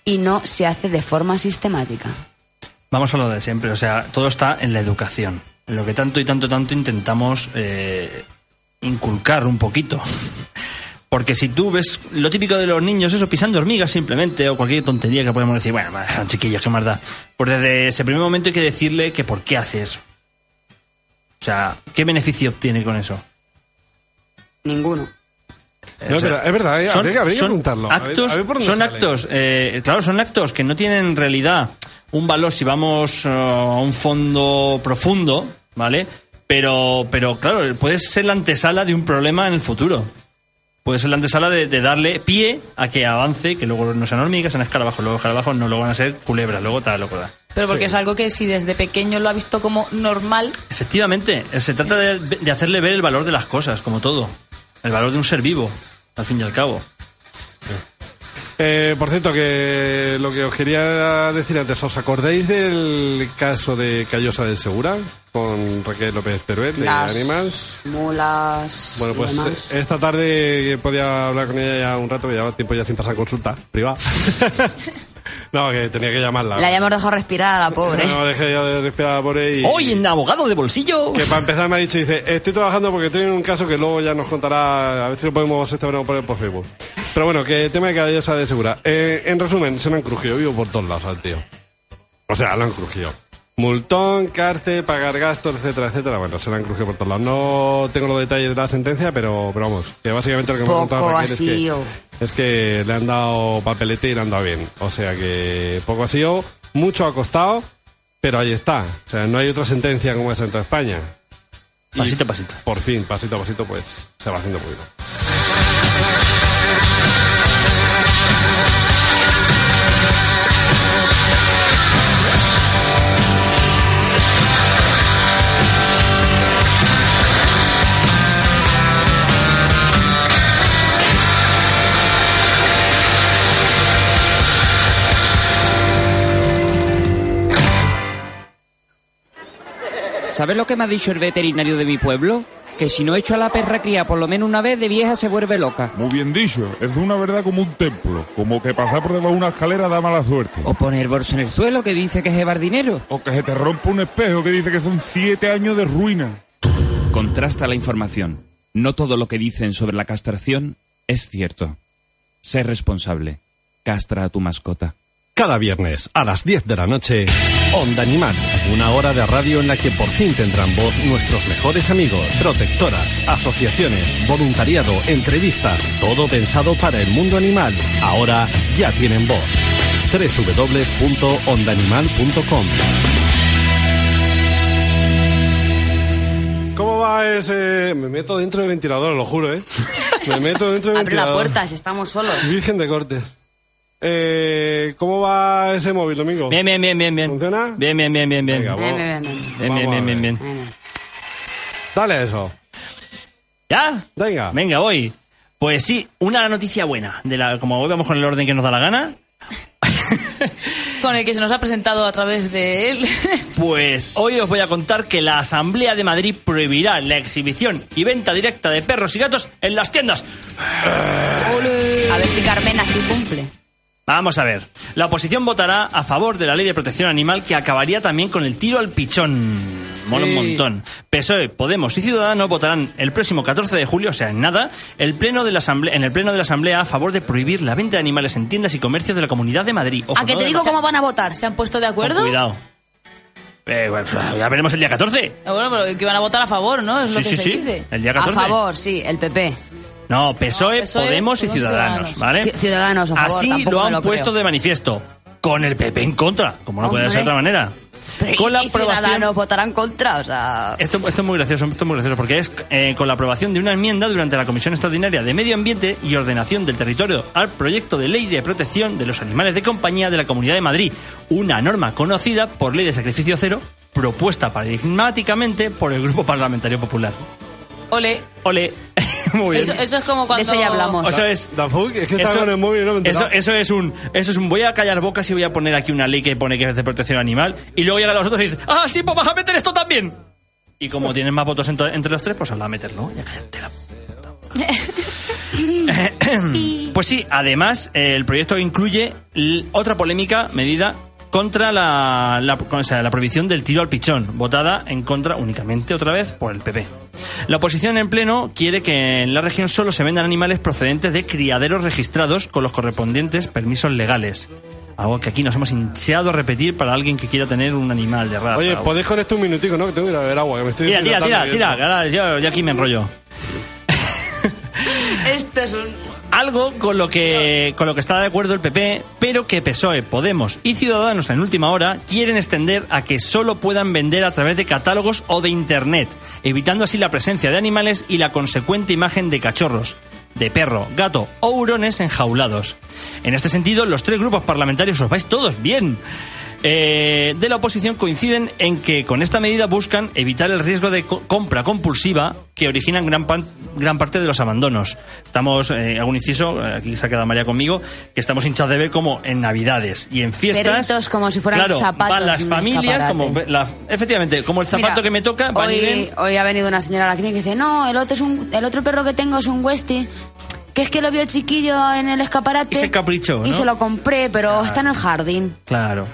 y no se hace de forma sistemática. Vamos a lo de siempre, o sea, todo está en la educación. En lo que tanto y tanto, tanto intentamos eh, inculcar un poquito. Porque si tú ves lo típico de los niños, eso pisando hormigas simplemente, o cualquier tontería que podemos decir, bueno, va, chiquillos, qué más da. Pues desde ese primer momento hay que decirle que por qué hace eso. O sea, ¿qué beneficio obtiene con eso? Ninguno. No, es verdad, es verdad, eh, habría que- habría que preguntarlo. A ver- Actos, a ver por dónde son sale. actos, eh, claro, son actos que no tienen en realidad un valor si vamos eh, a un fondo profundo, ¿vale? Pero, pero claro, puede ser la antesala de un problema en el futuro. Puede ser la antesala de, de darle pie a que avance, que luego no sean hormigas, sean escarabajos, luego escarabajos, no, luego van a ser culebras, luego tal, luego tal. Pero porque Sí. es algo que si desde pequeño lo ha visto como normal, Efectivamente, eh, se trata de, de hacerle ver el valor de las cosas, como todo. El valor de un ser vivo, al fin y al cabo. Eh, por cierto, que lo que os quería decir antes, ¿os acordáis del caso de Callosa del Segura con Raquel López Peruet de Las Animals? mulas. Bueno, y pues demás. eh, esta tarde podía hablar con ella ya un rato, que llevaba tiempo ya sin pasar consulta privada. no, que tenía que llamarla. La hayamos dejado respirar a la pobre. eh, No, dejé ya de respirar por ahí. Hoy en abogado de bolsillo. Que para empezar me ha dicho, dice, estoy trabajando porque estoy en un caso que luego ya nos contará, a ver si lo podemos este verano poner por Facebook. Pero bueno, que el tema de cabellosa de segura. Eh, en resumen, se me han crujido, vivo por todos lados al tío. O sea, lo han crujido. Multón, cárcel, pagar gastos, etcétera, etcétera. Bueno, se lo han crujido por todos lados. No tengo los detalles de la sentencia, pero, pero vamos, que básicamente lo que me ha Poco contado Raquel es ha que, sido. es que le han dado papelete y le han dado bien. O sea que poco ha sido, mucho ha costado, pero ahí está. O sea, no hay otra sentencia como esa en toda España. Pasito a pasito. Por fin, pasito a pasito, pues se va haciendo poquito. ¿Sabes lo que me ha dicho el veterinario de mi pueblo? Que si no echo a la perra cría por lo menos una vez, de vieja se vuelve loca. Muy bien dicho, es una verdad como un templo, como que pasar por debajo de una escalera da mala suerte. O poner bolso en el suelo que dice que es llevar dinero. O que se te rompa un espejo que dice que son siete años de ruina. Contrasta la información. No todo lo que dicen sobre la castración es cierto. Sé responsable. Castra a tu mascota. Cada viernes a las 10 de la noche, Onda Animal, una hora de radio en la que por fin tendrán voz nuestros mejores amigos, protectoras, asociaciones, voluntariado, entrevistas, todo pensado para el mundo animal. Ahora ya tienen voz. www.ondaanimal.com ¿Cómo va ese...? Me meto dentro del ventilador, lo juro, ¿eh? Me meto dentro del Abre la ventilador. puerta si estamos solos. Virgen de Cortes. Eh, ¿Cómo va ese móvil, Domingo? Bien, bien, bien, bien, bien. ¿Funciona? Bien, bien, bien, bien, bien. Venga, Ven, ven, ven, ven. Bien, bien, bien, bien, bien. Dale eso. ¿Ya? Venga. Venga, voy. Pues sí, una noticia buena. De la, como hoy vamos con el orden que nos da la gana, con el que se nos ha presentado a través de él. pues hoy os voy a contar que la Asamblea de Madrid prohibirá la exhibición y venta directa de perros y gatos en las tiendas. A ver si Carmen así cumple. Vamos a ver. La oposición votará a favor de la ley de protección animal que acabaría también con el tiro al pichón. Mola un Sí. montón. PSOE, Podemos y Ciudadanos votarán el próximo 14 de julio, o sea, en nada, el pleno de la asamblea, en el pleno de la Asamblea a favor de prohibir la venta de animales en tiendas y comercios de la Comunidad de Madrid. Ojo, ¿A qué no te de digo Madrid. cómo van a votar? ¿Se han puesto de Con acuerdo? Cuidado. Eh, bueno, ya veremos el día 14. Ah, Bueno, pero que van a votar a favor, ¿no? Es lo Sí, que sí, se sí. dice. El día 14. A favor, sí, el PP. No, PSOE, PSOE, Podemos y Podemos y Ciudadanos, Ciudadanos. ¿vale? Ci- Ciudadanos, a favor, Así tampoco lo me han lo creo. puesto de manifiesto. Con el PP en contra, como no puede ser de Hombre. otra manera. Pero con y- la y aprobación- Ciudadanos votarán contra, o sea... Esto, esto es muy gracioso, esto es muy gracioso, porque es eh, con la aprobación de una enmienda durante la Comisión Extraordinaria de Medio Ambiente y Ordenación del Territorio al proyecto de ley de protección de los animales de compañía de la Comunidad de Madrid, una norma conocida por ley de sacrificio cero, propuesta paradigmáticamente por el Grupo Parlamentario Popular. Ole. Ole. Muy bien. Eso, eso es como cuando... eso ya hablamos. O sea, es, es que estaba con el móvil y no me he eso, enterado. eso es un eso es un voy a callar bocas y voy a poner aquí una ley que pone que es de protección animal y luego llegan los otros y dicen ah sí pues vas a meter esto también y como tienen más votos ento- entre los tres pues habla a meterlo Ya cállate la puta. pues sí además eh, el proyecto incluye l- otra polémica medida contra la, la- o sea, la prohibición del tiro al pichón, votada en contra únicamente otra vez por el PP. La oposición en pleno quiere que en la región solo se vendan animales procedentes de criaderos registrados con los correspondientes permisos legales. Algo que aquí nos hemos hinchado a repetir para alguien que quiera tener un animal de raza. Oye, podéis con esto un minutico, ¿no? Que tengo que ir a beber agua, que me estoy Tira, tira, tira, tira, deshidratando aquí. ahora yo, yo aquí me enrollo. Esto Este es un... Algo con lo que con lo que está de acuerdo el PP, pero que PSOE, E, Podemos y Ciudadanos en última hora quieren extender a que solo puedan vender a través de catálogos o de internet, evitando así la presencia de animales y la consecuente imagen de cachorros, de perro, gato o hurones enjaulados. En este sentido, los tres grupos parlamentarios os vais todos bien. Eh, de la oposición coinciden en que con esta medida buscan evitar el riesgo de co- compra compulsiva que originan gran, pan- gran parte de los abandonos. Estamos, eh, hago un inciso, eh, aquí se ha quedado María conmigo, que estamos hinchados de ver como en Navidades y en fiestas. Peritos como si fueran claro, zapatos Van las en un familias, escaparate. como ve- la- efectivamente, como el zapato Mira, que me toca, van y ven. hoy, hoy ha venido una señora a la clínica y dice, no, el otro, es un, el otro perro que tengo es un Westie, que es que lo vio chiquillo en el escaparate. Y se caprichó, Y ¿no? se lo compré, pero está en el jardín. Claro.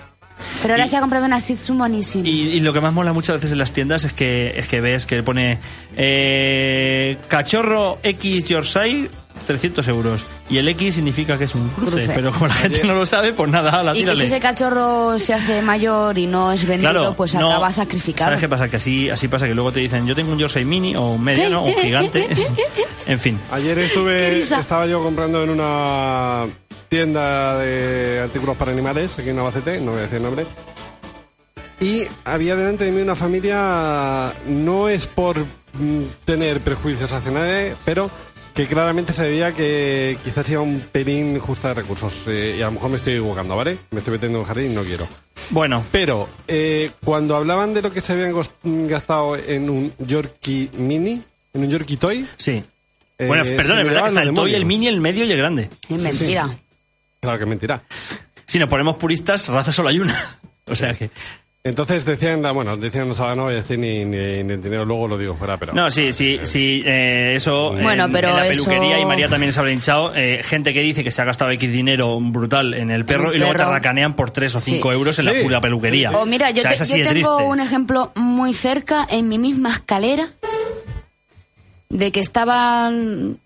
Pero ahora se ha comprado una Shih Tzu buenísima. Y, y lo que más mola muchas veces en las tiendas es que es que ves que pone eh, cachorro X Yorkshire 300 euros y el X significa que es un cruce, Cruce. pero como la gente no lo sabe pues nada la Y que si tírale ese cachorro se hace mayor y no es vendido, Claro, pues no. acaba sacrificado. sabes qué pasa que así así pasa que luego te dicen yo tengo un Yorkshire mini o un mediano o un Eh, gigante en fin Ayer estuve, estaba yo comprando en una tienda de artículos para animales, aquí en Navacete, no voy a decir el nombre. Y había delante de mí una familia, no es por mm, tener prejuicios hacia nadie, pero que claramente se veía que quizás iba un pelín justa de recursos. eh, y a lo mejor me estoy equivocando, ¿vale? Me estoy metiendo en un jardín y no quiero. Bueno. Pero eh, cuando hablaban de lo que se habían gos- gastado en un Yorkie Mini, en un Yorkie Toy. Sí. Eh, bueno perdón es verdad que está el toy el mini el medio y el grande Es mentira. Claro que es mentira. si nos ponemos puristas raza solo hay una o sea que Entonces decían, la- bueno, decían, no, sabe, no voy a decir ni, ni- ni el dinero, luego lo digo fuera, pero... No, sí, sí, sí, eh, eso Bueno, en, pero en la eso- peluquería y María también se habrá hinchado. eh, gente que dice que se ha gastado X dinero brutal en el perro En el y luego te perro. racanean por 3 o 5 Sí. euros en la Sí. pura peluquería. O mira, yo, O sea, te- esa yo sí es tengo triste. un ejemplo muy cerca en mi misma escalera de que estaban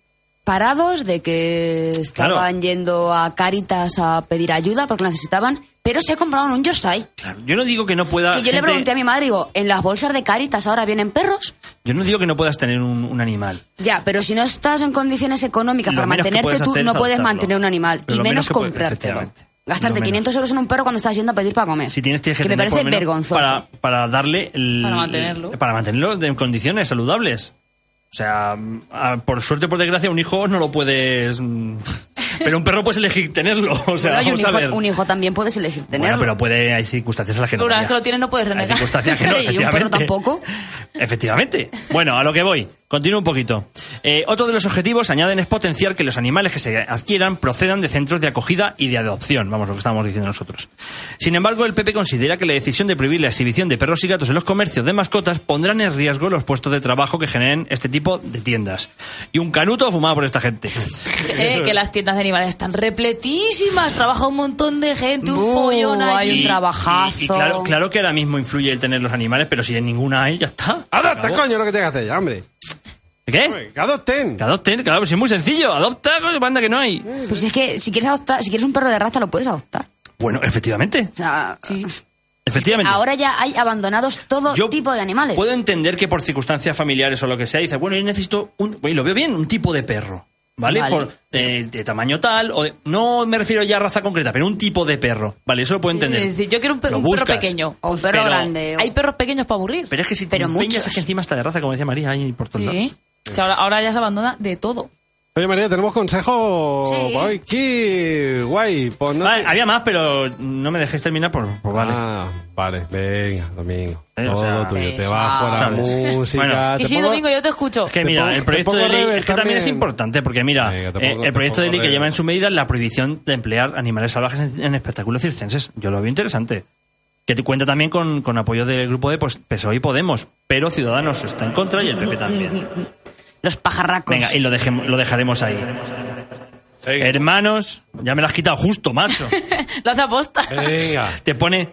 parados, de que estaban yendo a Caritas a pedir ayuda porque la necesitaban, pero se compraban un Yosai. Yo no digo que no pueda. Y yo le gente- pregunté a mi madre, digo, ¿en las bolsas de Caritas ahora vienen perros? yo no digo que no puedas tener un, un animal. Ya, pero si no estás en condiciones económicas Lo para menos que mantenerte puedes tú, hacer no es puedes adoptarlo. mantener un animal, Pero y lo menos, menos que puedes- comprártelo. efectivamente. Lo Gastarte menos. 500 euros en un perro cuando estás yendo a pedir para comer. Si tienes, tienes que, que me tener por parece lo menos vergonzoso. Para, para darle. el- Para mantenerlo. Para mantenerlo en condiciones saludables. O sea, a- por suerte, por desgracia, un hijo no lo puedes. mm, Pero un perro puedes elegir tenerlo. O sea, Bueno, y un, vamos a ver. hijo, un hijo también puedes elegir tenerlo. Bueno, pero puede, hay circunstancias en las que no. Una vez ya. que lo tienes no puedes Hay renegar. circunstancias que no, Y un perro efectivamente. tampoco. Efectivamente. Bueno, a lo que voy. Continúo un poquito. Eh, otro de los objetivos, añaden, es potenciar que los animales que se adquieran procedan de centros de acogida y de adopción. Vamos, lo que estábamos diciendo nosotros. Sin embargo, el PP considera que la decisión de prohibir la exhibición de perros y gatos en los comercios de mascotas pondrán en riesgo los puestos de trabajo que generen este tipo de tiendas. Y un canuto fumado por esta gente. Eh, que las tiendas de animales están repletísimas, trabaja un montón de gente, un Buh, follón hay allí. un trabajazo. Y claro, claro que ahora mismo influye el tener los animales, pero si en ninguna hay, ya está. ¡Adopta, coño, lo que tengas que hacer ya, hombre! ¿Qué? Que adopten. Que adopten, claro, si es muy sencillo. Adopta, coño, banda que no hay. Pues es que si quieres adoptar, si quieres un perro de raza lo puedes adoptar. Bueno, efectivamente. O sea, Efectivamente. ahora ya hay abandonados todo Yo tipo de animales. Puedo entender que por circunstancias familiares o lo que sea, dices, bueno, yo necesito un. Bueno, y lo veo bien, un tipo de perro. ¿Vale? Vale. Por, eh, de tamaño tal, o de- no me refiero ya a raza concreta, pero un tipo de perro. Vale, eso lo puedo entender. Es decir, yo quiero un, pe- Lo un perro buscas. pequeño. O un perro Pero- grande, Hay perros pequeños para aburrir. Pero es que si te Pero empeñas, muchos. es que encima está de raza, como decía María, ahí por todos lados. Sí. O sea, ahora, ahora ya se abandona de todo. Oye, María, tenemos consejo. Sí. Ay, qué guay. Pues no Vale, había más, pero no me dejéis terminar por, por vale. Ah, vale, venga, domingo. Eh, o Todo sea, tuyo. Te eso. bajo la ¿Sabes? música. Bueno. Y Ah, Te si pongo- domingo yo te escucho. Es que mira, el proyecto de ley es que también es importante porque mira, eh, pongo- el proyecto te de ley pongo que de- lleva en su medida la prohibición de emplear animales salvajes en, en espectáculos circenses. Yo lo veo interesante. Que te cuenta también con, con apoyo del grupo de pues, PSOE y Podemos, pero Ciudadanos está en contra y el PP también. Los pajarracos. Venga, y lo, dejem- lo dejaremos ahí. Hermanos, ya me lo has quitado justo, macho. Lo hace aposta. Te pone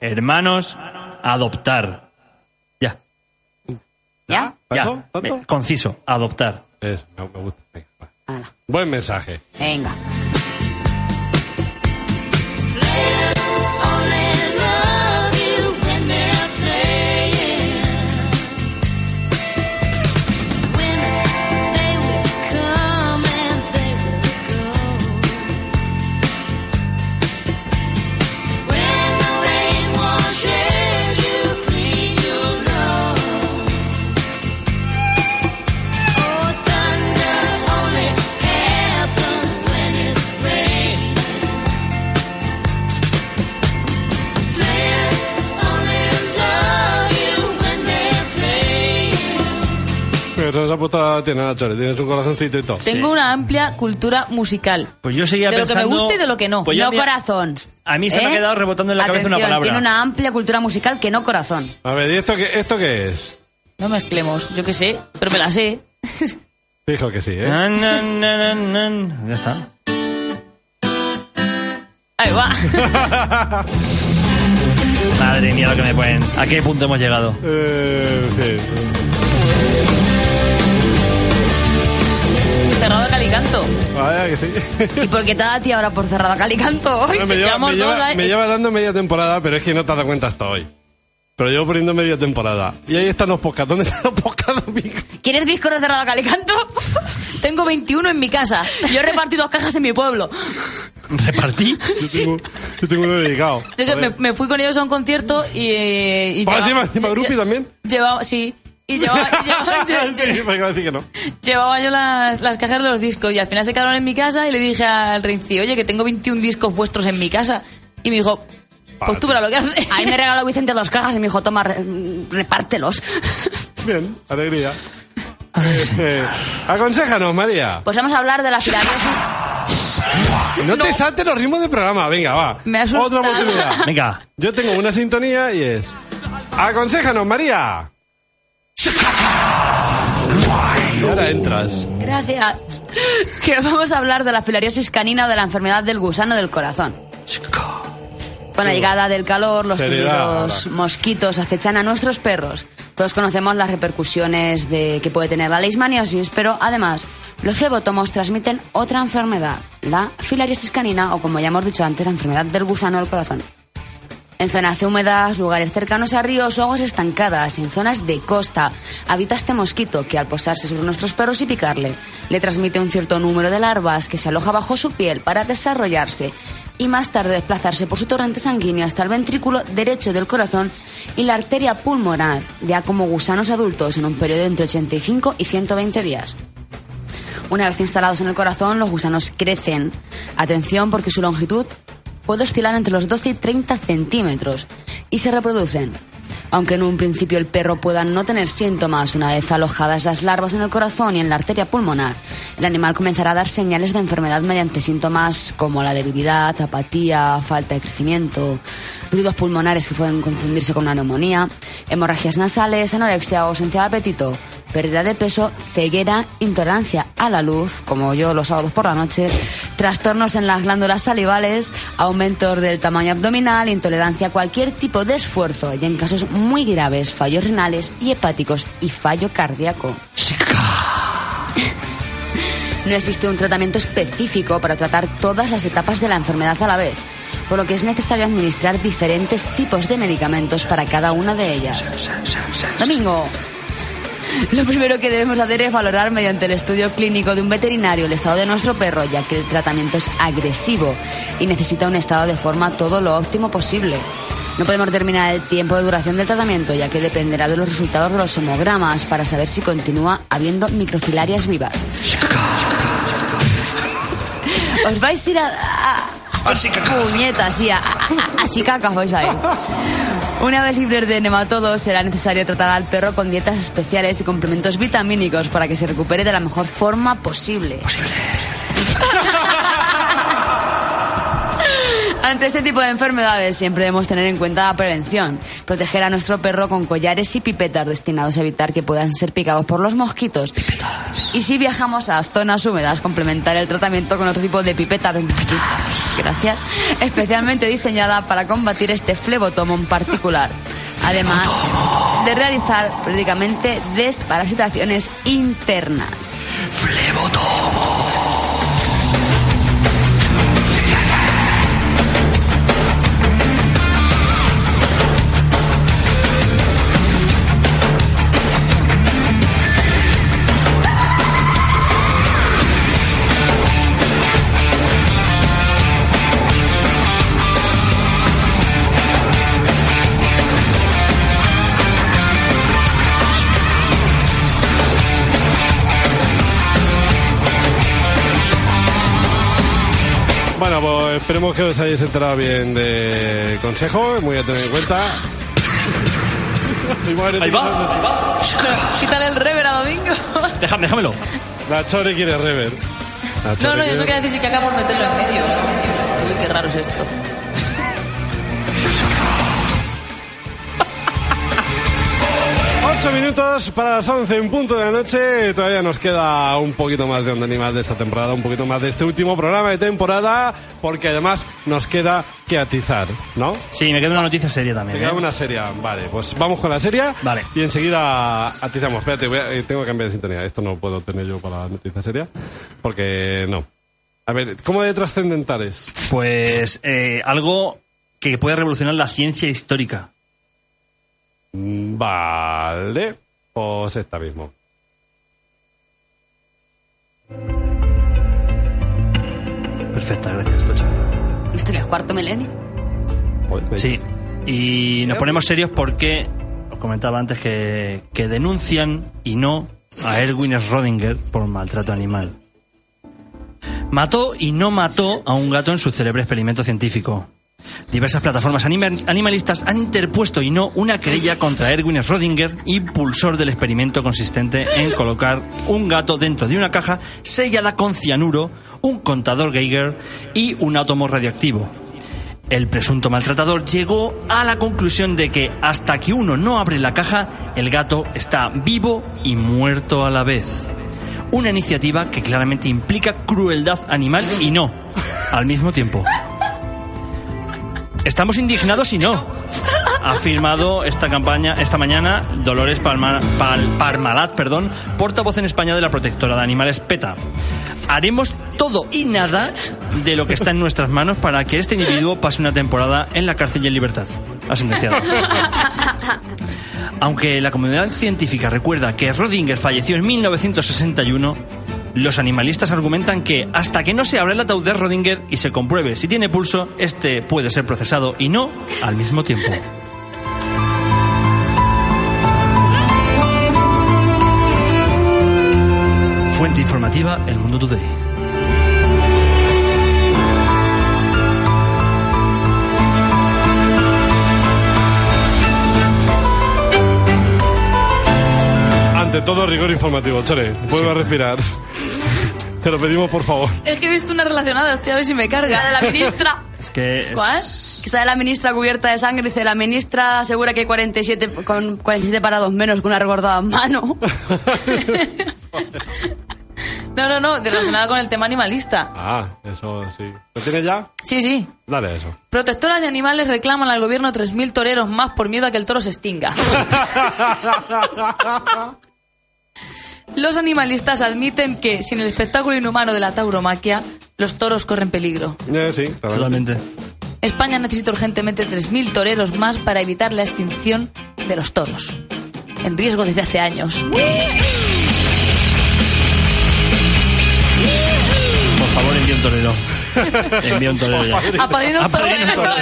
hermanos adoptar. Ya. ¿Ya? Ya. Ve, Conciso, adoptar. Es, me me gusta. venga, va. Buen mensaje. Venga. Pero se nos ha puesto tiene la chole, tienes un corazoncito y todo. Tengo una amplia cultura musical. Pues yo seguía de lo pensando. que me gusta y de lo que no. ¿Eh? Pues yo no mira- corazón. A mí se me ha quedado rebotando en la cabeza una Atención, palabra. Tiene una amplia cultura musical que no corazón. A ver, ¿y esto qué, esto qué es? No mezclemos, yo qué sé, pero me la sé. Fijo que sí, ¿eh? Na, na, na, na, na. Ya está. Ahí va. Madre mía, lo que me ponen. ¿A qué punto hemos llegado? Eh, Cerrado de calicanto. sí. Vaya que sí. ¿Y por qué te da a ti ahora por cerrada calicanto hoy? me, lleva, me lleva- me lleva dando media temporada, pero es que no te has dado cuenta hasta hoy. Pero llevo poniendo media temporada. Y ahí están los podcasts. ¿Dónde están los podcasts? ¿Quieres disco de cerrada calicanto? Tengo 21 en mi casa. Yo repartí dos cajas en mi pueblo. ¿Repartí? Yo tengo, yo tengo uno dedicado. Yo que me, Joder. me fui con ellos a un concierto y. eh, y Ah, llevaba- encima- encima lle- Grupi también. Llevaba, sí. Y llevaba, y llevaba- lle- lle- Sí, porque iba a decir que no. llevaba yo las, las cajas de los discos y al final se quedaron en mi casa y le dije al Renzi, oye, que tengo 21 discos vuestros en mi casa. Y me dijo, pues tú verás lo que haces. Ahí me regaló Vicente dos cajas y me dijo, toma, re- repártelos. Bien, alegría. Eh, aconséjanos, María. Pues vamos a hablar de la filariasis. No, te saltes los ritmos del programa. Venga, va. Me ha asustado. Otra oportunidad. Venga. Yo tengo una sintonía y es. Aconséjanos, María. Y ahora entras. Gracias. Que vamos a hablar de la filariasis canina o de la enfermedad del gusano del corazón. Con la llegada del calor, los Seriedad. tímidos mosquitos acechan a nuestros perros. Todos conocemos las repercusiones de que puede tener la leishmaniasis, pero además los flebotomos transmiten otra enfermedad, la filariasis canina o como ya hemos dicho antes, la enfermedad del gusano del corazón. En zonas húmedas, lugares cercanos a ríos o aguas estancadas, en zonas de costa, habita este mosquito que al posarse sobre nuestros perros y picarle, le transmite un cierto número de larvas que se aloja bajo su piel para desarrollarse y más tarde desplazarse por su torrente sanguíneo hasta el ventrículo derecho del corazón y la arteria pulmonar, ya como gusanos adultos en un periodo entre 85 y 120 días. Una vez instalados en el corazón, los gusanos crecen. Atención porque su longitud puede oscilar entre los 12 y 30 centímetros y se reproducen. Aunque en un principio el perro pueda no tener síntomas una vez alojadas las larvas en el corazón y en la arteria pulmonar, el animal comenzará a dar señales de enfermedad mediante síntomas como la debilidad, apatía, falta de crecimiento, ruidos pulmonares que pueden confundirse con una neumonía, hemorragias nasales, anorexia o ausencia de apetito, pérdida de peso, ceguera, intolerancia a la luz, como yo los sábados por la noche, trastornos en las glándulas salivales, aumentos del tamaño abdominal, intolerancia a cualquier tipo de esfuerzo y en casos muy graves, fallos renales y hepáticos y fallo cardíaco. No existe un tratamiento específico para tratar todas las etapas de la enfermedad a la vez, por lo que es necesario administrar diferentes tipos de medicamentos para cada una de ellas. Domingo, Lo primero que debemos hacer es valorar mediante el estudio clínico de un veterinario el estado de nuestro perro, ya que el tratamiento es agresivo y necesita un estado de forma todo lo óptimo posible. No podemos determinar el tiempo de duración del tratamiento, ya que dependerá de los resultados de los hemogramas para saber si continúa habiendo microfilarias vivas. Os vais a ir a... a- Así cacas. Puñetas, sí, a- a- así cacas vais a ir. Una vez libres de nematodos, será necesario tratar al perro con dietas especiales y complementos vitamínicos para que se recupere de la mejor forma posible. Ante este tipo de enfermedades siempre debemos tener en cuenta la prevención, proteger a nuestro perro con collares y pipetas destinados a evitar que puedan ser picados por los mosquitos. Y si viajamos a zonas húmedas, complementar el tratamiento con otro tipo de pipeta, ven aquí, gracias, especialmente diseñada para combatir este flebotomo en particular. Además de realizar periódicamente desparasitaciones internas. Bueno, pues esperemos que os hayáis enterado bien del consejo, muy a tener en cuenta. Ahí va, ahí va. Quítale el rever a Domingo. Déjame, déjamelo. La Chore quiere rever. La No, Chore no, yo quiere- solo quería decir sí que acá por meterlo en medio. Uy, qué raro es esto. Ocho minutos para las 11 en punto de la noche. Todavía nos queda un poquito más de Onda Animal de esta temporada, un poquito más de este último programa de temporada, porque además nos queda que atizar, ¿no? Sí, me queda una noticia seria Te también. queda ¿eh? una serie, vale. Pues vamos con la serie Vale. y enseguida atizamos. Espérate, voy a- eh, tengo que cambiar de sintonía. Esto no puedo tener yo para la noticia seria, porque no. A ver, ¿cómo de trascendentales? Pues eh, algo que puede revolucionar la ciencia histórica. Mm, Vale, pues esta mismo. Perfecta, gracias, Tocha. ¿Esto que es cuarto milenio? Pues, Sí, y nos ponemos serios porque os comentaba antes que, que denuncian y no a Erwin Schrödinger por maltrato animal. Mató y no mató a un gato en su célebre experimento científico. Diversas plataformas anima- animalistas han interpuesto y no una querella contra Erwin Schrödinger, impulsor del experimento consistente en colocar un gato dentro de una caja sellada con cianuro, un contador Geiger y un átomo radioactivo. El presunto maltratador llegó a la conclusión de que hasta que uno no abre la caja, el gato está vivo y muerto a la vez. Una iniciativa que claramente implica crueldad animal y no, al mismo tiempo. Estamos indignados y no, ha firmado esta campaña esta mañana Dolores Palma- Pal- Parmalat, perdón, portavoz en España de la protectora de animales PETA. Haremos todo y nada de lo que está en nuestras manos para que este individuo pase una temporada en la cárcel y en libertad. Ha sentenciado. Aunque la comunidad científica recuerda que Rodinger falleció en 1961, los animalistas argumentan que hasta que no se abra el ataúd de Rodinger y se compruebe si tiene pulso, este puede ser procesado y no al mismo tiempo. Fuente informativa El Mundo Today. Ante todo, rigor informativo, Chore. Vuelve a respirar. Te lo pedimos, por favor. Es que he visto una relacionada, estoy a ver si me carga. La de la ministra. Es que ¿Cuál? Que sale la ministra cubierta de sangre. Dice, la ministra asegura que 47, con 47 parados menos con una regordada mano. No, no, no, de relacionada con el tema animalista. Ah, eso sí. ¿Lo tienes ya? Sí, sí. Dale a eso. Protectoras de animales reclaman al gobierno 3.000 toreros más por miedo a que el toro se extinga. Los animalistas admiten que sin el espectáculo inhumano de la tauromaquia, los toros corren peligro. Eh, sí, totalmente. España necesita urgentemente 3.000 toreros más para evitar la extinción de los toros. en riesgo desde hace años. Por favor, envía un torero. Envía un torero ya. Ah, Apadrina un Apadrina un torero.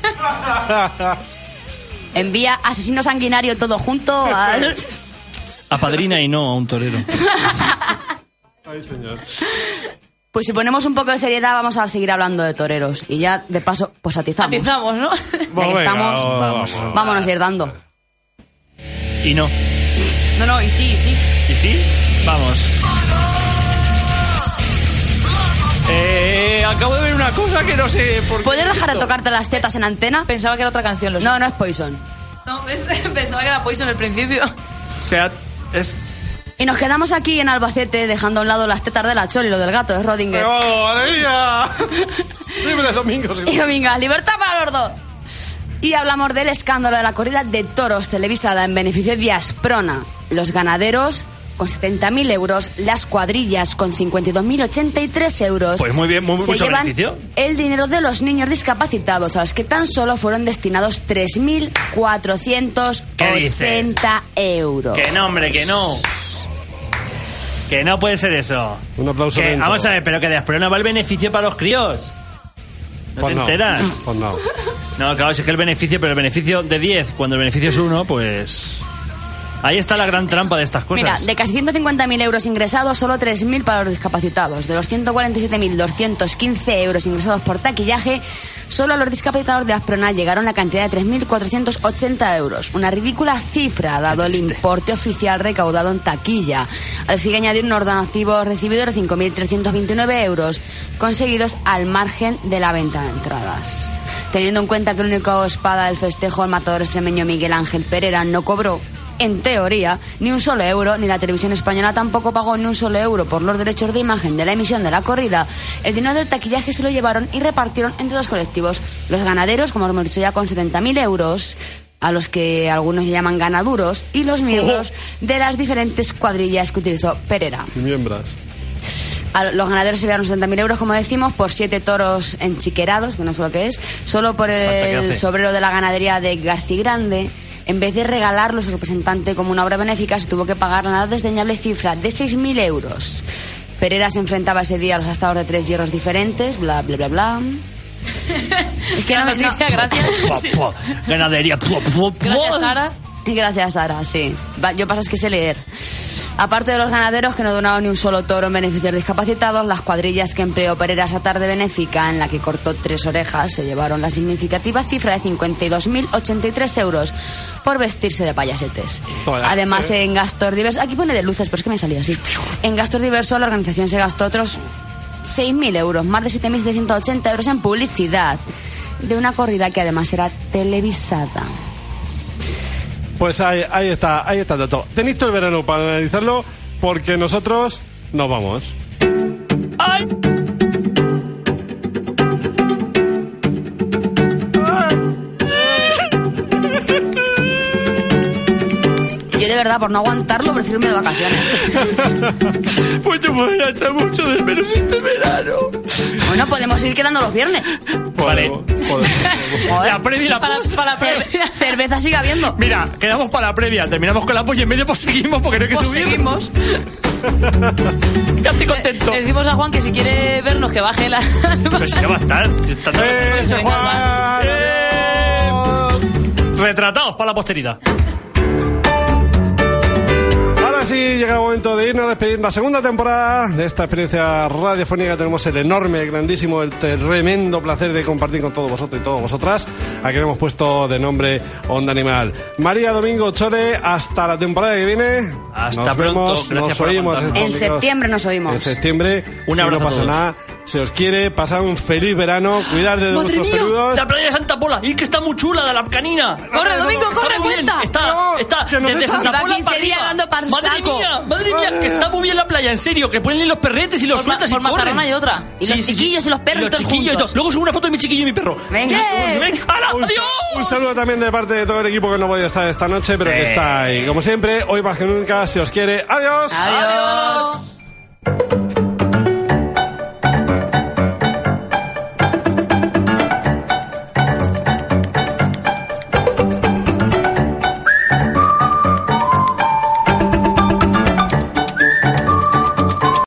torero. Envía asesino sanguinario todo junto al... Apadrina y no a un torero. Ay, señor. Pues si ponemos un poco de seriedad vamos a seguir hablando de toreros. Y ya, de paso, pues atizamos. Atizamos, ¿no? Ya que Venga, estamos, vamos. vámonos a ir dando. Y no. No, no, y sí, y sí. ¿Y sí? Vamos. Eh, acabo de ver una cosa que no sé por qué. ¿Puedes dejar de tocarte las tetas en antena? Pensaba que era otra canción. no, no es Poison. No, ¿ves? pensaba que era Poison al principio. O sea, es. Y nos quedamos aquí en Albacete dejando a un lado las tetas de la Chol y lo del gato de Rodinger. ¡Bravo, alegría! Libres domingos. Y Dominga, libertad para los dos. Y hablamos del escándalo de la corrida de toros televisada en beneficio de Asprona. Los ganaderos con 70.000 euros, las cuadrillas con 52.083 euros. Pues muy bien, muy- se mucho llevan beneficio. el dinero de los niños discapacitados, a los que tan solo fueron destinados 3.480 euros. Que no, hombre, que no. Que no puede ser eso. Un aplauso. Que- lento. vamos a ver, pero que de Asprona va el beneficio para los críos. ¿No Pues te enteras? Pues no. No, claro, si es que el beneficio, pero el beneficio de 10, cuando el beneficio es 1, pues. Ahí está la gran trampa de estas cosas. Mira, de casi 150.000 euros ingresados, solo 3.000 para los discapacitados. De los 147.215 euros ingresados por taquillaje, solo a los discapacitados de Asprona llegaron la cantidad de 3.480 euros. Una ridícula cifra, dado el importe oficial recaudado en taquilla. Al que añadir unos donativos recibidos de 5.329 euros, conseguidos al margen de la venta de entradas. Teniendo en cuenta que el único espada del festejo, el matador extremeño Miguel Ángel Pereira, no cobró, en teoría, ni un solo euro, ni la televisión española tampoco pagó ni un solo euro por los derechos de imagen de la emisión de la corrida, el dinero del taquillaje se lo llevaron y repartieron entre dos colectivos. Los ganaderos, como hemos dicho ya, con 70.000 euros, a los que algunos llaman ganaduros, y los miembros de las diferentes cuadrillas que utilizó Pereira. Y miembras. A los ganaderos se llevaron 70.000 euros, como decimos, por siete toros enchiquerados, que no sé lo que es, solo por Falta que el hace. sobrero de la ganadería de Garci Grande. En vez de regalarlo a su representante como una obra benéfica, se tuvo que pagar la nada desdeñable cifra de 6.000 euros. Pereira se enfrentaba ese día a los astados de tres hierros diferentes, bla, bla, bla, bla. Es que no me no- Pua, pua, Ganadería. pua, pua, pua. Gracias, Sara, sí. Va- Yo pasa es que sé leer. Aparte de los ganaderos que no donaron ni un solo toro en beneficio de discapacitados, las cuadrillas que empleó Pereira esa tarde benéfica, en la que cortó tres orejas, se llevaron la significativa cifra de 52.083 euros por vestirse de payasetes. Hola. Además, en gastos diversos... Aquí pone de luces, pero es que me salía así. En gastos diversos, la organización se gastó otros 6.000 euros, más de 7.780 euros en publicidad, de una corrida que además era televisada. Pues ahí, ahí está, ahí está el dato. Tenéis todo el verano para analizarlo porque nosotros nos vamos. Yo de verdad, por no aguantarlo, prefiero irme de vacaciones. Pues yo voy a echar mucho de menos este verano. Bueno, podemos ir quedando los viernes. Vale. La previa y la Para, post. para cer- cerveza sigue habiendo. Mira, quedamos para la previa. Terminamos con la polla y en medio pues seguimos porque no hay que Pues subir. seguimos. Ya estoy contento. Eh, Le decimos a Juan que si quiere vernos que baje la... Pero si ya va a estar. si está Eh, todo- Venga, Juan. Retratados para la posteridad. Ahora sí, llega el momento de irnos a despedir la segunda temporada de esta experiencia radiofónica. Tenemos el enorme, el grandísimo, el tremendo placer de compartir con todos vosotros y todas vosotras a quien hemos puesto de nombre Onda Animal. María Domingo Chole, hasta la temporada que viene. Hasta Nos pronto, vemos, gracias nos por oímos. aguantarnos. En amigos. septiembre nos En oímos. septiembre. Un Si abrazo no a pasa todos. nada. Se os quiere, pasad un feliz verano, cuidad de ¡Madre vuestros mía! peludos. La playa de Santa Pola. Y que está muy chula, de la canina. Corre, Domingo, Está corre, muy bien, cuenta. Está, está que nos desde echan. Santa Va Pola 15 para días arriba. dando par Madre saco. mía, madre mía, que está muy bien la playa, en serio. Que ponen los perretes y los Por ma- sueltas y por corren. Mazarrón hay otra. Y los chiquillos y los perros Los todos chiquillos y juntos. todo. Luego subo una foto de mi chiquillo y mi perro. Venga. Venga, ¡hala! Un, ¡Adiós! un saludo también de parte de todo el equipo que no ha podido estar esta noche, pero que Sí. está ahí. Como siempre, hoy más que nunca, se os quiere. ¡Adiós! Adiós.